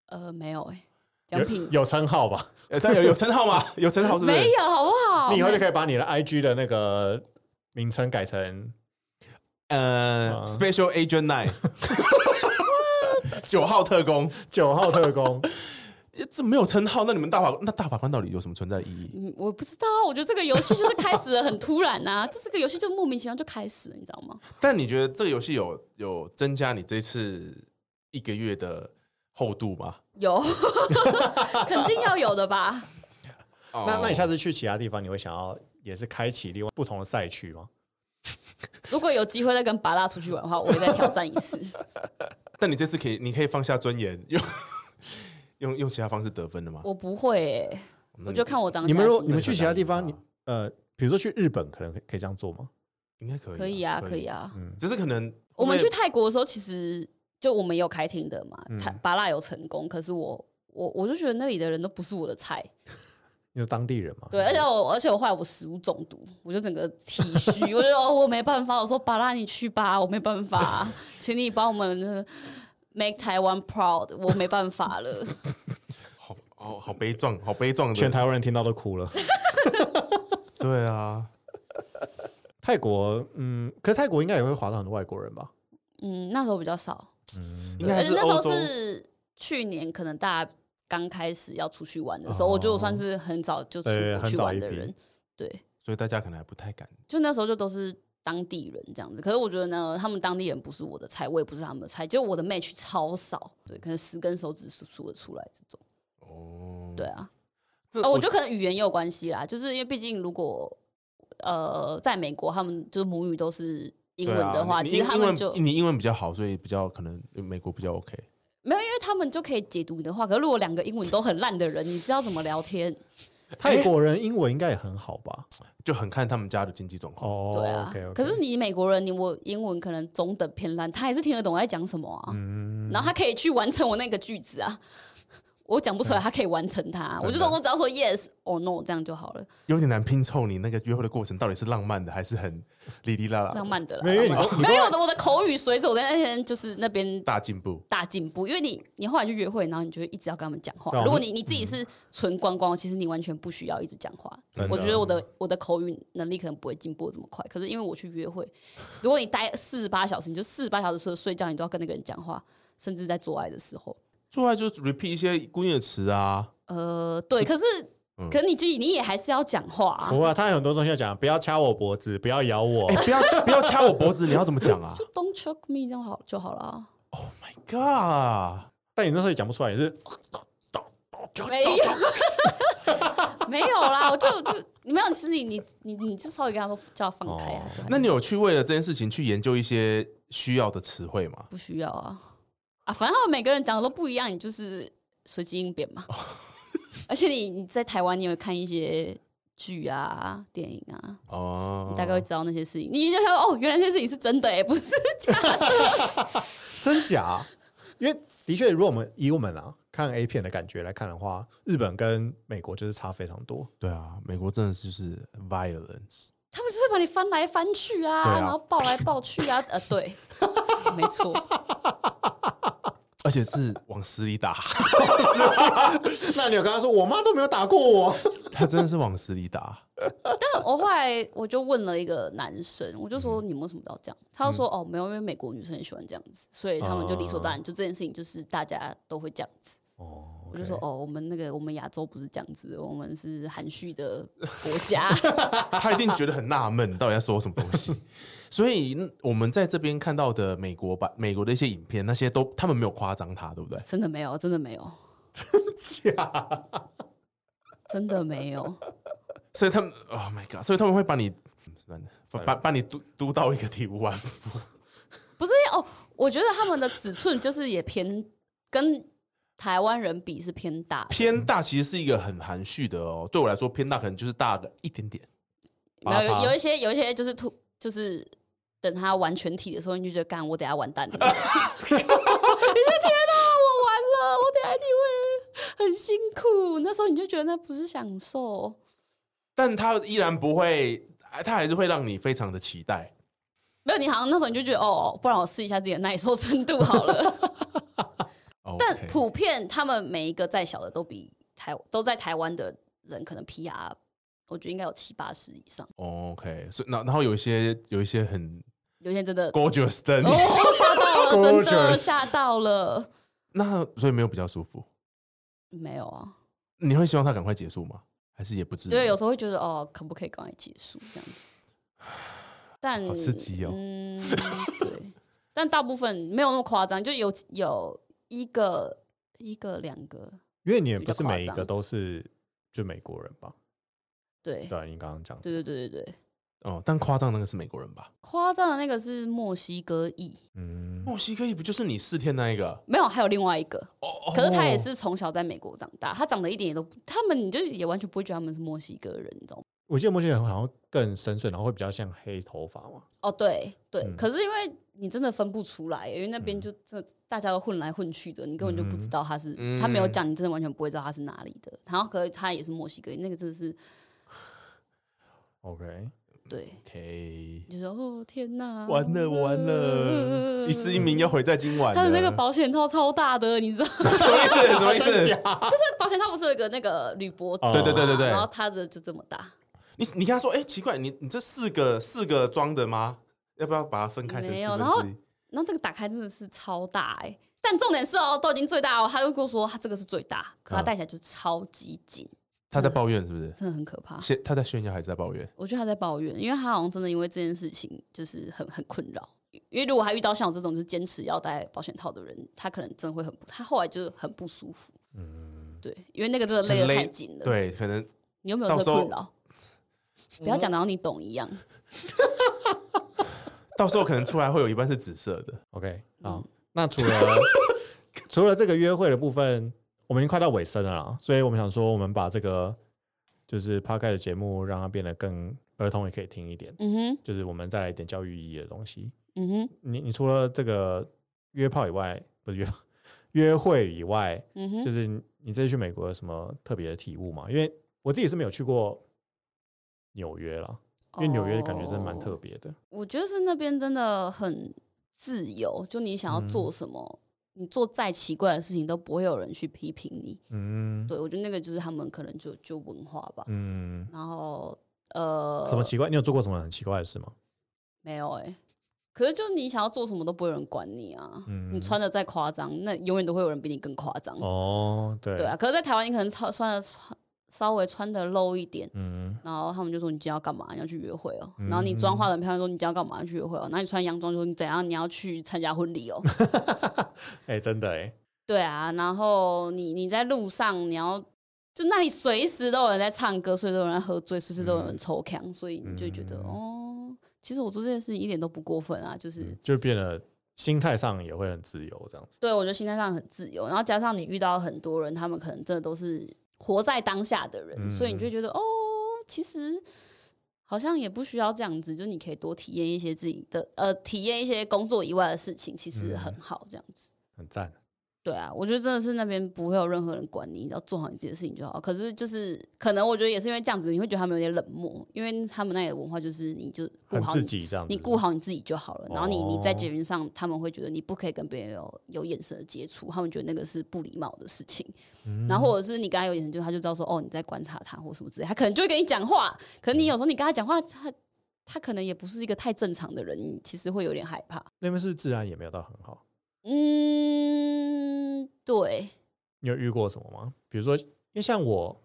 S4: 呃，没有哎、奖
S3: 有
S4: 品
S3: 有称号吧？
S2: 呃，但有有称号吗？ 有称号是不是？
S4: 没有，好不好？
S3: 你以后就
S4: 没
S3: 可以把你的 IG 的那个名称改成
S2: 呃
S3: 啊
S2: ，Special Agent Nine，九号特工，
S3: 九号特 工，
S2: 呃这没有称号，那你们大法那大法官到底有什么存在的意义？
S4: 嗯我不知道啊，我觉得这个游戏就是开始的很突然呐、就这个游戏就莫名其妙就开始了，你知道吗？
S2: 但你觉得这个游戏有有增加你这次一个月的厚度吗？
S4: 有， 肯定要有的吧？
S2: 那
S3: 那那你下次去其他地方，你会想要也是开启另外不同的赛区吗？
S4: 如果有机会再跟巴拉出去玩的话，我会再挑战一 次。
S2: 但你这次可以，你可以放下尊严，用用用其他方式得分的吗？
S4: 我不会、欸，
S2: 那
S4: 我就看我当下
S3: 你们如果
S4: 心
S3: 你
S4: 情
S3: 们去其他地方，
S2: 那
S3: 你
S2: 就
S3: 呃，比如说去日本，可能可以可以这样做吗？
S2: 应该可以，
S4: 可以啊，可以，啊。
S3: 嗯，
S2: 只是可能
S4: 我们去泰国的时候，其实就我们有开厅的嘛
S3: 嗯，
S4: 泰巴拉有成功，可是我。我我就觉得那里的人都不是我的菜，
S3: 嗯你是当地人嘛？
S4: 对，而且我而且我后来我食物中毒，我就整个体 虚，我就哦我没办法，我说巴拉你去吧，我没办 法，请你帮我们呃 make Taiwan proud，我没办法了。
S2: 好哦，好悲壮，好悲壮的，
S3: 全台湾人听到都哭了。
S2: 对啊，
S3: 泰国，嗯，可是泰国应该也会划到很多外国人吧？
S4: 嗯，那时候比较少，
S2: 应
S4: 对
S2: 该还
S4: 而且
S2: 是
S4: 那时
S2: 欧
S4: 候
S2: 洲。
S4: 是去年，可能大家刚开始要出去玩的时候，
S3: 哦
S4: 我觉得我算是很早就出
S3: 对
S4: 国
S3: 很
S4: 去
S3: 早
S4: 玩
S3: 一
S4: 的
S3: 批
S4: 人。对，
S2: 所以大家可能还不太敢。
S4: 就那时候就都是当地人这样子。可是我觉得呢，他们当地人不是我的菜，我也不是他们的菜，就我的 match 超少，对，可能十根手指数数得出来这种。
S2: 哦，
S4: 对啊，
S2: 这
S4: 啊，我觉得可能语言也有关系啦，就是因为毕竟如果呃，在美国他们就是母语都是英文的话，
S2: 对啊你
S4: 其实他
S2: 英
S4: 们
S2: 文
S4: 就
S2: 你英文比较好，所以比较可能美国比较 OK。
S4: 没有，因为他们就可以解读你的话。可是如果两个英文都很烂的人，你是要怎么聊天？
S3: 泰国人英文应该也很好吧？
S2: 就很看他们家的经济状况。
S3: 哦，
S4: 哎对啊
S3: OK，OK
S4: 可是你美国人，你我英文可能中等偏烂，他还是听得懂我在讲什么啊。
S3: 嗯
S4: 然后他可以去完成我那个句子啊，我讲不出来，他可以完成它。
S3: 嗯
S4: 我就说我只要说 yes or no 这样就好了，
S2: 有点难拼凑你那个约会的过程到底是浪漫的还是很哩哩啦啦的
S4: 浪漫的啦。
S3: 没有因为你
S4: 浪漫的没有我的我的口语随着我在那天就是那边
S2: 大进步。
S4: 大进步，因为你你后来去约会，然后你就一直要跟他们讲
S3: 对
S4: 话。
S3: 啊
S4: 如果你你自己是纯观光，其实你完全不需要一直讲话。我觉得我的我的口语能力可能不会进步这么快，可是因为我去约会， 如果你待四十八小时，你就四十八小时除了睡觉，你都要跟那个人讲话，甚至在做爱的时候，
S2: 做爱就 repeat 一些固定的词啊，
S4: 呃，对，可是。可是你就你也还是要讲话、啊
S3: 不，过他有很多东西要讲，不要掐我脖 子，不要咬我
S2: 哎、。不要不要掐我脖子，你要怎么讲啊
S4: 就 Don't choke me 这样好就好了啊。
S2: ？Oh my god！
S3: 但你那时候也讲不出来，也是
S4: 没有， 没有啦，我就就没有。其实你你你你就稍微跟他说叫他放开啊。
S3: 哦
S4: 就 还是
S2: 那你有去为了这件事情去研究一些需要的词汇吗？
S4: 不需要啊啊，反正他们每个人讲的都不一样，你就是随机应变嘛。
S2: 哦
S4: 而且你你在台湾，你有看一些剧啊、电影啊，
S2: 哦，
S4: 你大概会知道那些事情。你就想哦，原来这些事情是真的哎、不是假 的。
S3: 真假？因为的确，如果我们以我们啊看 A 片的感觉来看的话，日本跟美国就是差非常 多。
S2: 对啊，美国真的就是 violence，
S4: 他们就是把你翻来翻去啊，
S2: 对啊
S4: 然后抱来抱去啊，呃， 对，没错，
S2: 而且是往死里打，
S3: 那你有跟他说，我妈都没有打过
S4: 哦
S3: 我，
S2: 他真的是往死里打。
S4: 但我后来我就问了一个男生，我就说
S2: 嗯
S4: 你们为什么都要这样？他就说哦，没有，因为美国女生很喜欢这样子，所以他们就理
S2: 哦
S4: 所当然，就这件事情就是大家都会这样子。哦，我就说哦，我们那个我们亚洲不是这样子，我们是含蓄的国家。
S2: 他一定觉得很纳闷，到底在说什么东西。所以嗯我们在这边看到的美国版、美国的一些影片，那些都他们没有夸张他，对不对？
S4: 真的没有，真的 没有，真的没有。
S2: 所以他们，Oh my god！所以他们会把你，嗯算了，把把把你嘟嘟到一个啊体无完肤。
S4: 不是哦，我觉得他们的尺寸就是也偏跟台湾人比是偏大的，
S2: 偏大其实是一个很含蓄的哦，对我来说偏大可能就是大个一点点。
S4: 没有
S3: 八八
S4: 有有一些有一些就是突就是等他玩全体的时候，你就觉得干我等下完 蛋了，你 就天哪，啊我完了，我等下一定会很辛苦。那时候你就觉得那不是享受，
S2: 但他依然不会，他还是会让你非常的期待。
S4: 没有你好像那时候你就觉得哦，不然我试一下自己的耐受程度好了。 但
S2: OK
S4: 普遍他们每一个再小的都比台都在台湾的人可能 PR，我觉得应该有七八十以上，
S2: OK，所以然后然后有一些有一些很
S4: 有 些真的
S2: gorgeous 的你，
S4: 哦 吓到了，真
S3: Gorgeous
S4: 的吓到了，
S2: 那所以没有比较舒服。
S4: 没有啊。
S2: 你会希望他赶快结束吗？还是也不至于？
S4: 对，有时候会觉得哦，可不可以赶快结束 这样？但
S2: 好刺激哦
S4: 嗯，对，但大部分没有那么夸张，就有有一个、一个、两个，
S3: 因为你也不是每一个都是就美国人吧？
S4: 对，
S3: 对啊，你刚刚讲的，
S4: 对对对对对，
S2: 哦，但夸张那个是美国人吧？
S4: 夸张的那个是墨西哥裔，
S3: 嗯，
S2: 墨西哥裔不就是你四天那一个？
S4: 没有，还有另外一个，
S2: 哦，
S4: 可是他也是从小在美国长大，他长得一点也都不，他们你就也完全不会觉得他们是墨西哥人，你知道吗？
S3: 我记得墨西哥人好像更深邃，然后会比较像黑头发嘛。
S4: 哦，对对，
S3: 嗯
S4: 可是因为你真的分不出来，因为那边就这大家都混来混去的，你根本就不知道他是、
S2: 嗯
S4: 他没有讲，你真的完全不会知道他是哪里的。然后可是他也是墨西哥，那个真的是
S3: OK，
S4: 对，
S2: OK，
S4: 你就说哦天哪，
S2: 完了完了，一世一名要毁在今晚了。
S4: 他的那个 保险套超大的，你知道，就
S2: 什么意思？什么意思？
S4: 是 保险套不是有一个那个铝箔纸嘛，
S3: 哦对对
S2: 对对对
S4: 然后他的就这么大，
S2: 你你跟他说，哎、奇怪，你你这四个四个装的吗？要不要把它分开成
S4: 没
S2: 四
S4: 有
S2: 分
S4: 然后
S2: 之一？
S4: 然后这个打开真的是超大哎、
S3: 嗯
S4: 但重点是哦，都已经最大哦，他就跟我说他这个是最大，可他戴起来就是超级紧，
S2: 他在抱怨是不是？
S4: 真的很可怕。
S2: 炫他在炫耀还是在抱怨？
S4: 我觉得他在抱怨，因为他好像真的因为这件事情就是很很困扰。因为如果他遇到像我这种就是坚持要戴保险套的人，他可能真的会很不，他后来就是很不舒服。嗯，对，因为那个真的勒得
S2: 很
S4: 太
S2: 勒
S4: 紧了。，
S2: 对，可能
S4: 你有没有这
S2: 到时
S4: 个
S2: 候
S4: 困扰？不要讲的像你懂一样。
S2: 到时候可能出来会有一半是紫色的。
S3: OK，好，
S4: 嗯
S3: 那除了除了这个约会的部分，我们已经快到尾声了啦，所以我们想说，我们把这个就是 p 开的节目，让它变得更儿童也可以听一点，
S4: 嗯哼，
S3: 就是我们再来一点教育意义的东西。
S4: 嗯哼，
S3: 你你除了这个约炮以外，不是约炮约会以外，
S4: 嗯哼，
S3: 就是你你这次去美国有什么特别的体悟吗？因为我自己是没有去过纽约啦，因为纽约的感觉真的蛮特
S4: 哦
S3: 别的。
S4: 我觉得是那边真的很自由，就你想要
S3: 嗯
S4: 做什么，你做再奇怪的事情都不会有人去批评你。
S3: 嗯
S4: 对我觉得那个就是他们可能就就文化吧。
S3: 嗯，
S4: 然后呃，
S3: 什么奇怪？你有做过什么很奇怪的事吗？
S4: 没有哎、可是就你想要做什么都不会有人管你啊。
S3: 嗯
S4: 你穿的再夸张，那永远都会有人比你更夸张。
S3: 哦，对，
S4: 嗯对啊，可是，在台湾你可能穿穿的穿稍微穿的露一点，
S3: 嗯，
S4: 然后他们就说你今天要干嘛？你要去约会哦。然后你妆化的漂亮，说你今天要干嘛？要去约会哦。然后你穿洋装就说你怎样？你要去参加婚礼哦。
S3: 哎、真的哎、
S4: 对啊，然后你你在路上你要。就那里随时都有人在唱歌，随时都有人在喝醉，随时都有人抽枪，所以你就觉得、哦，其实我做这件事情一点都不过分啊，就是、
S3: 就变得心态上也会很自由这样子。
S4: 对我觉得心态上很自由，然后加上你遇到很多人，他们可能真的都是活在当下的人，所以你就会觉得哦，其实好像也不需要这样子，就你可以多体验一些自己的呃，体验一些工作以外的事情，其实很好这样子。
S3: 很赞，
S4: 对啊，我觉得真的是那边不会有任何人管你，你只要做好你自己的事情就好。可是就是可能我觉得也是因为这样子，你会觉得他们有点冷漠，因为他们那里的文化就是你就顾
S3: 很
S4: 好
S3: 自
S4: 你
S3: 己这样子。
S4: 你顾好你自己就好了。然后你
S3: 哦
S4: 你在捷运上，他们会觉得你不可以跟别人有有眼神的接触，他们觉得那个是不礼貌的事情。
S3: 嗯
S4: 然后或者是你跟他有眼神接触，他就知道说哦你在观察他或什么之类，他可能就会跟你讲话。可能你有时候你跟他讲话，他他可能也不是一个太正常的人，你其实会有点害怕。
S3: 那边是不是治安也没有到很好？
S4: 嗯，对，
S3: 你有遇过什么吗？比如说，因为像我，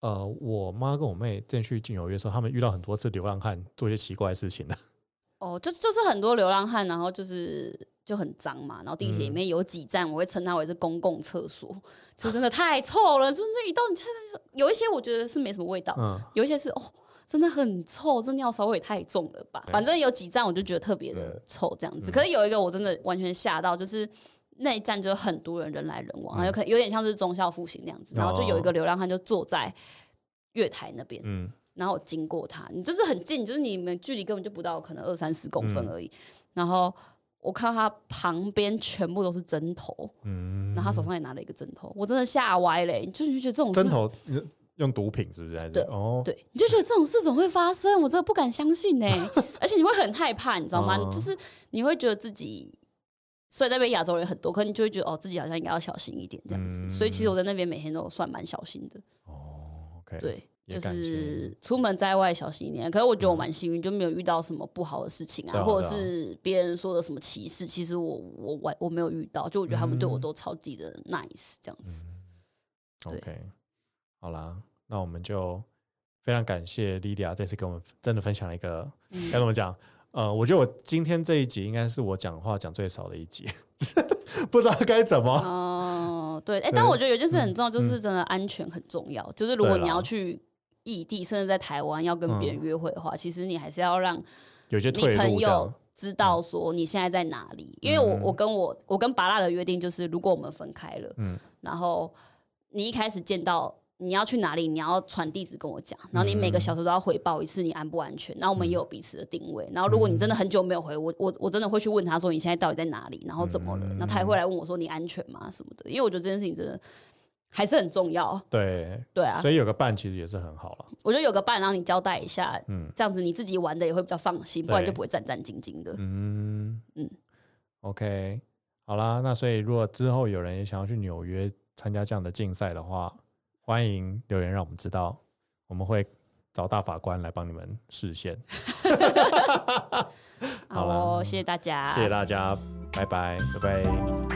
S3: 呃，我妈跟我妹之前去纽约的时候，他们遇到很多次流浪汉做一些奇怪的事情的。
S4: 哦，就就是很多流浪汉，然后就是。就很脏嘛，然后地铁里面有几站，我会称它为是公共厕所，就真的太臭了。就是那一到你车上，有一些我觉得是没什么味道，
S3: 嗯，
S4: 有一些是哦，真的很臭，这尿骚味也太重了吧。反正有几站我就觉得特别的臭这样子，可是有一个我真的完全吓到，就是。那一站就很多人人来人往，然后有可有点像是忠孝复兴那样子，然后就有一个流浪汉就坐在月台那 边，
S3: 嗯
S4: 然后我经过他，你就是很近，就是你们距离根本就不到可能二三十公
S3: 嗯
S4: 分而已，然后我看到他旁边全部都是针头，
S3: 嗯，嗯
S4: 然后他手上也拿了一个针头，我真的吓歪嘞、就是你就觉得这种事
S3: 针头你用毒品是不是？还是
S4: 对
S3: 哦，
S4: 对，你就觉得这种事怎么会发生？我真的不敢相信 呢、而且你会很害怕，你知道吗？
S3: 哦
S4: 就是你会觉得自己，虽然那边亚洲人很多，可你就会觉得哦，自己好像应该要小心一点这样子。
S3: 嗯
S4: 所以其实我在那边每天都算蛮小心的，
S3: 哦，OK，
S4: 对，
S3: 也
S4: 就
S3: 感
S4: 是
S3: 谢
S4: 出门在外小心一点。可是我觉得我蛮幸运，就没有遇到什么不好的事情
S3: 对
S4: 啊，
S3: 啊
S4: 或者
S3: 对啊
S4: 是别人说的什么歧视，其实我我我我没有遇到，就我觉得他
S3: 嗯
S4: 们对我都超级的 nice 这样子。对
S3: OK，好啦，那我们就非常感谢 Lydia 这次跟我们真的分享了一个，
S4: 嗯
S3: 该怎么讲？呃，我觉得我今天这一集应该是我讲话讲最少的一集， 不知道该怎么。
S4: 哦，对，哎、但我觉得有一件事很重要，就是真的安全很重要。就是如果
S3: 嗯对啦嗯
S4: 你要去异地，甚至在台湾要跟别人约会的话，其实你还是要让
S3: 有些
S4: 你
S3: 退
S4: 朋
S3: 路这
S4: 友
S3: 样，嗯
S4: 知道说你现在在哪里。因为我我跟我我跟巴拉的约定就是，如果我们分开了，
S3: 嗯
S4: 然后你一开始见到。你要去哪里？你要传地址跟我讲，然后你每
S3: 嗯
S4: 个小时都要回报一次你安不安全。然后我们也有彼此的定位。然后如果你
S3: 嗯
S4: 真的很久没有回我，我我真的会去问他说你现在到底在哪里，然后怎么
S3: 嗯
S4: 了？然后他也会来问我说你安全吗什么的。因为我觉得这件事情真的还是很重要。
S3: 对，
S4: 对啊，
S3: 所以有个伴其实也是很好了。
S4: 我觉得有个伴，然后你交代一下，
S3: 嗯
S4: 这样子你自己玩的也会比较放心，不然
S3: 对
S4: 就不会战战兢兢的。
S3: 嗯
S4: 嗯
S3: 嗯，OK，好啦，那所以如果之后有人也想要去纽约参加这样的竞赛的话，欢迎留言让我们知道，我们会找大法官来帮你们实现。
S4: 好哦，谢谢大家，
S3: 谢谢大家，拜拜，拜拜。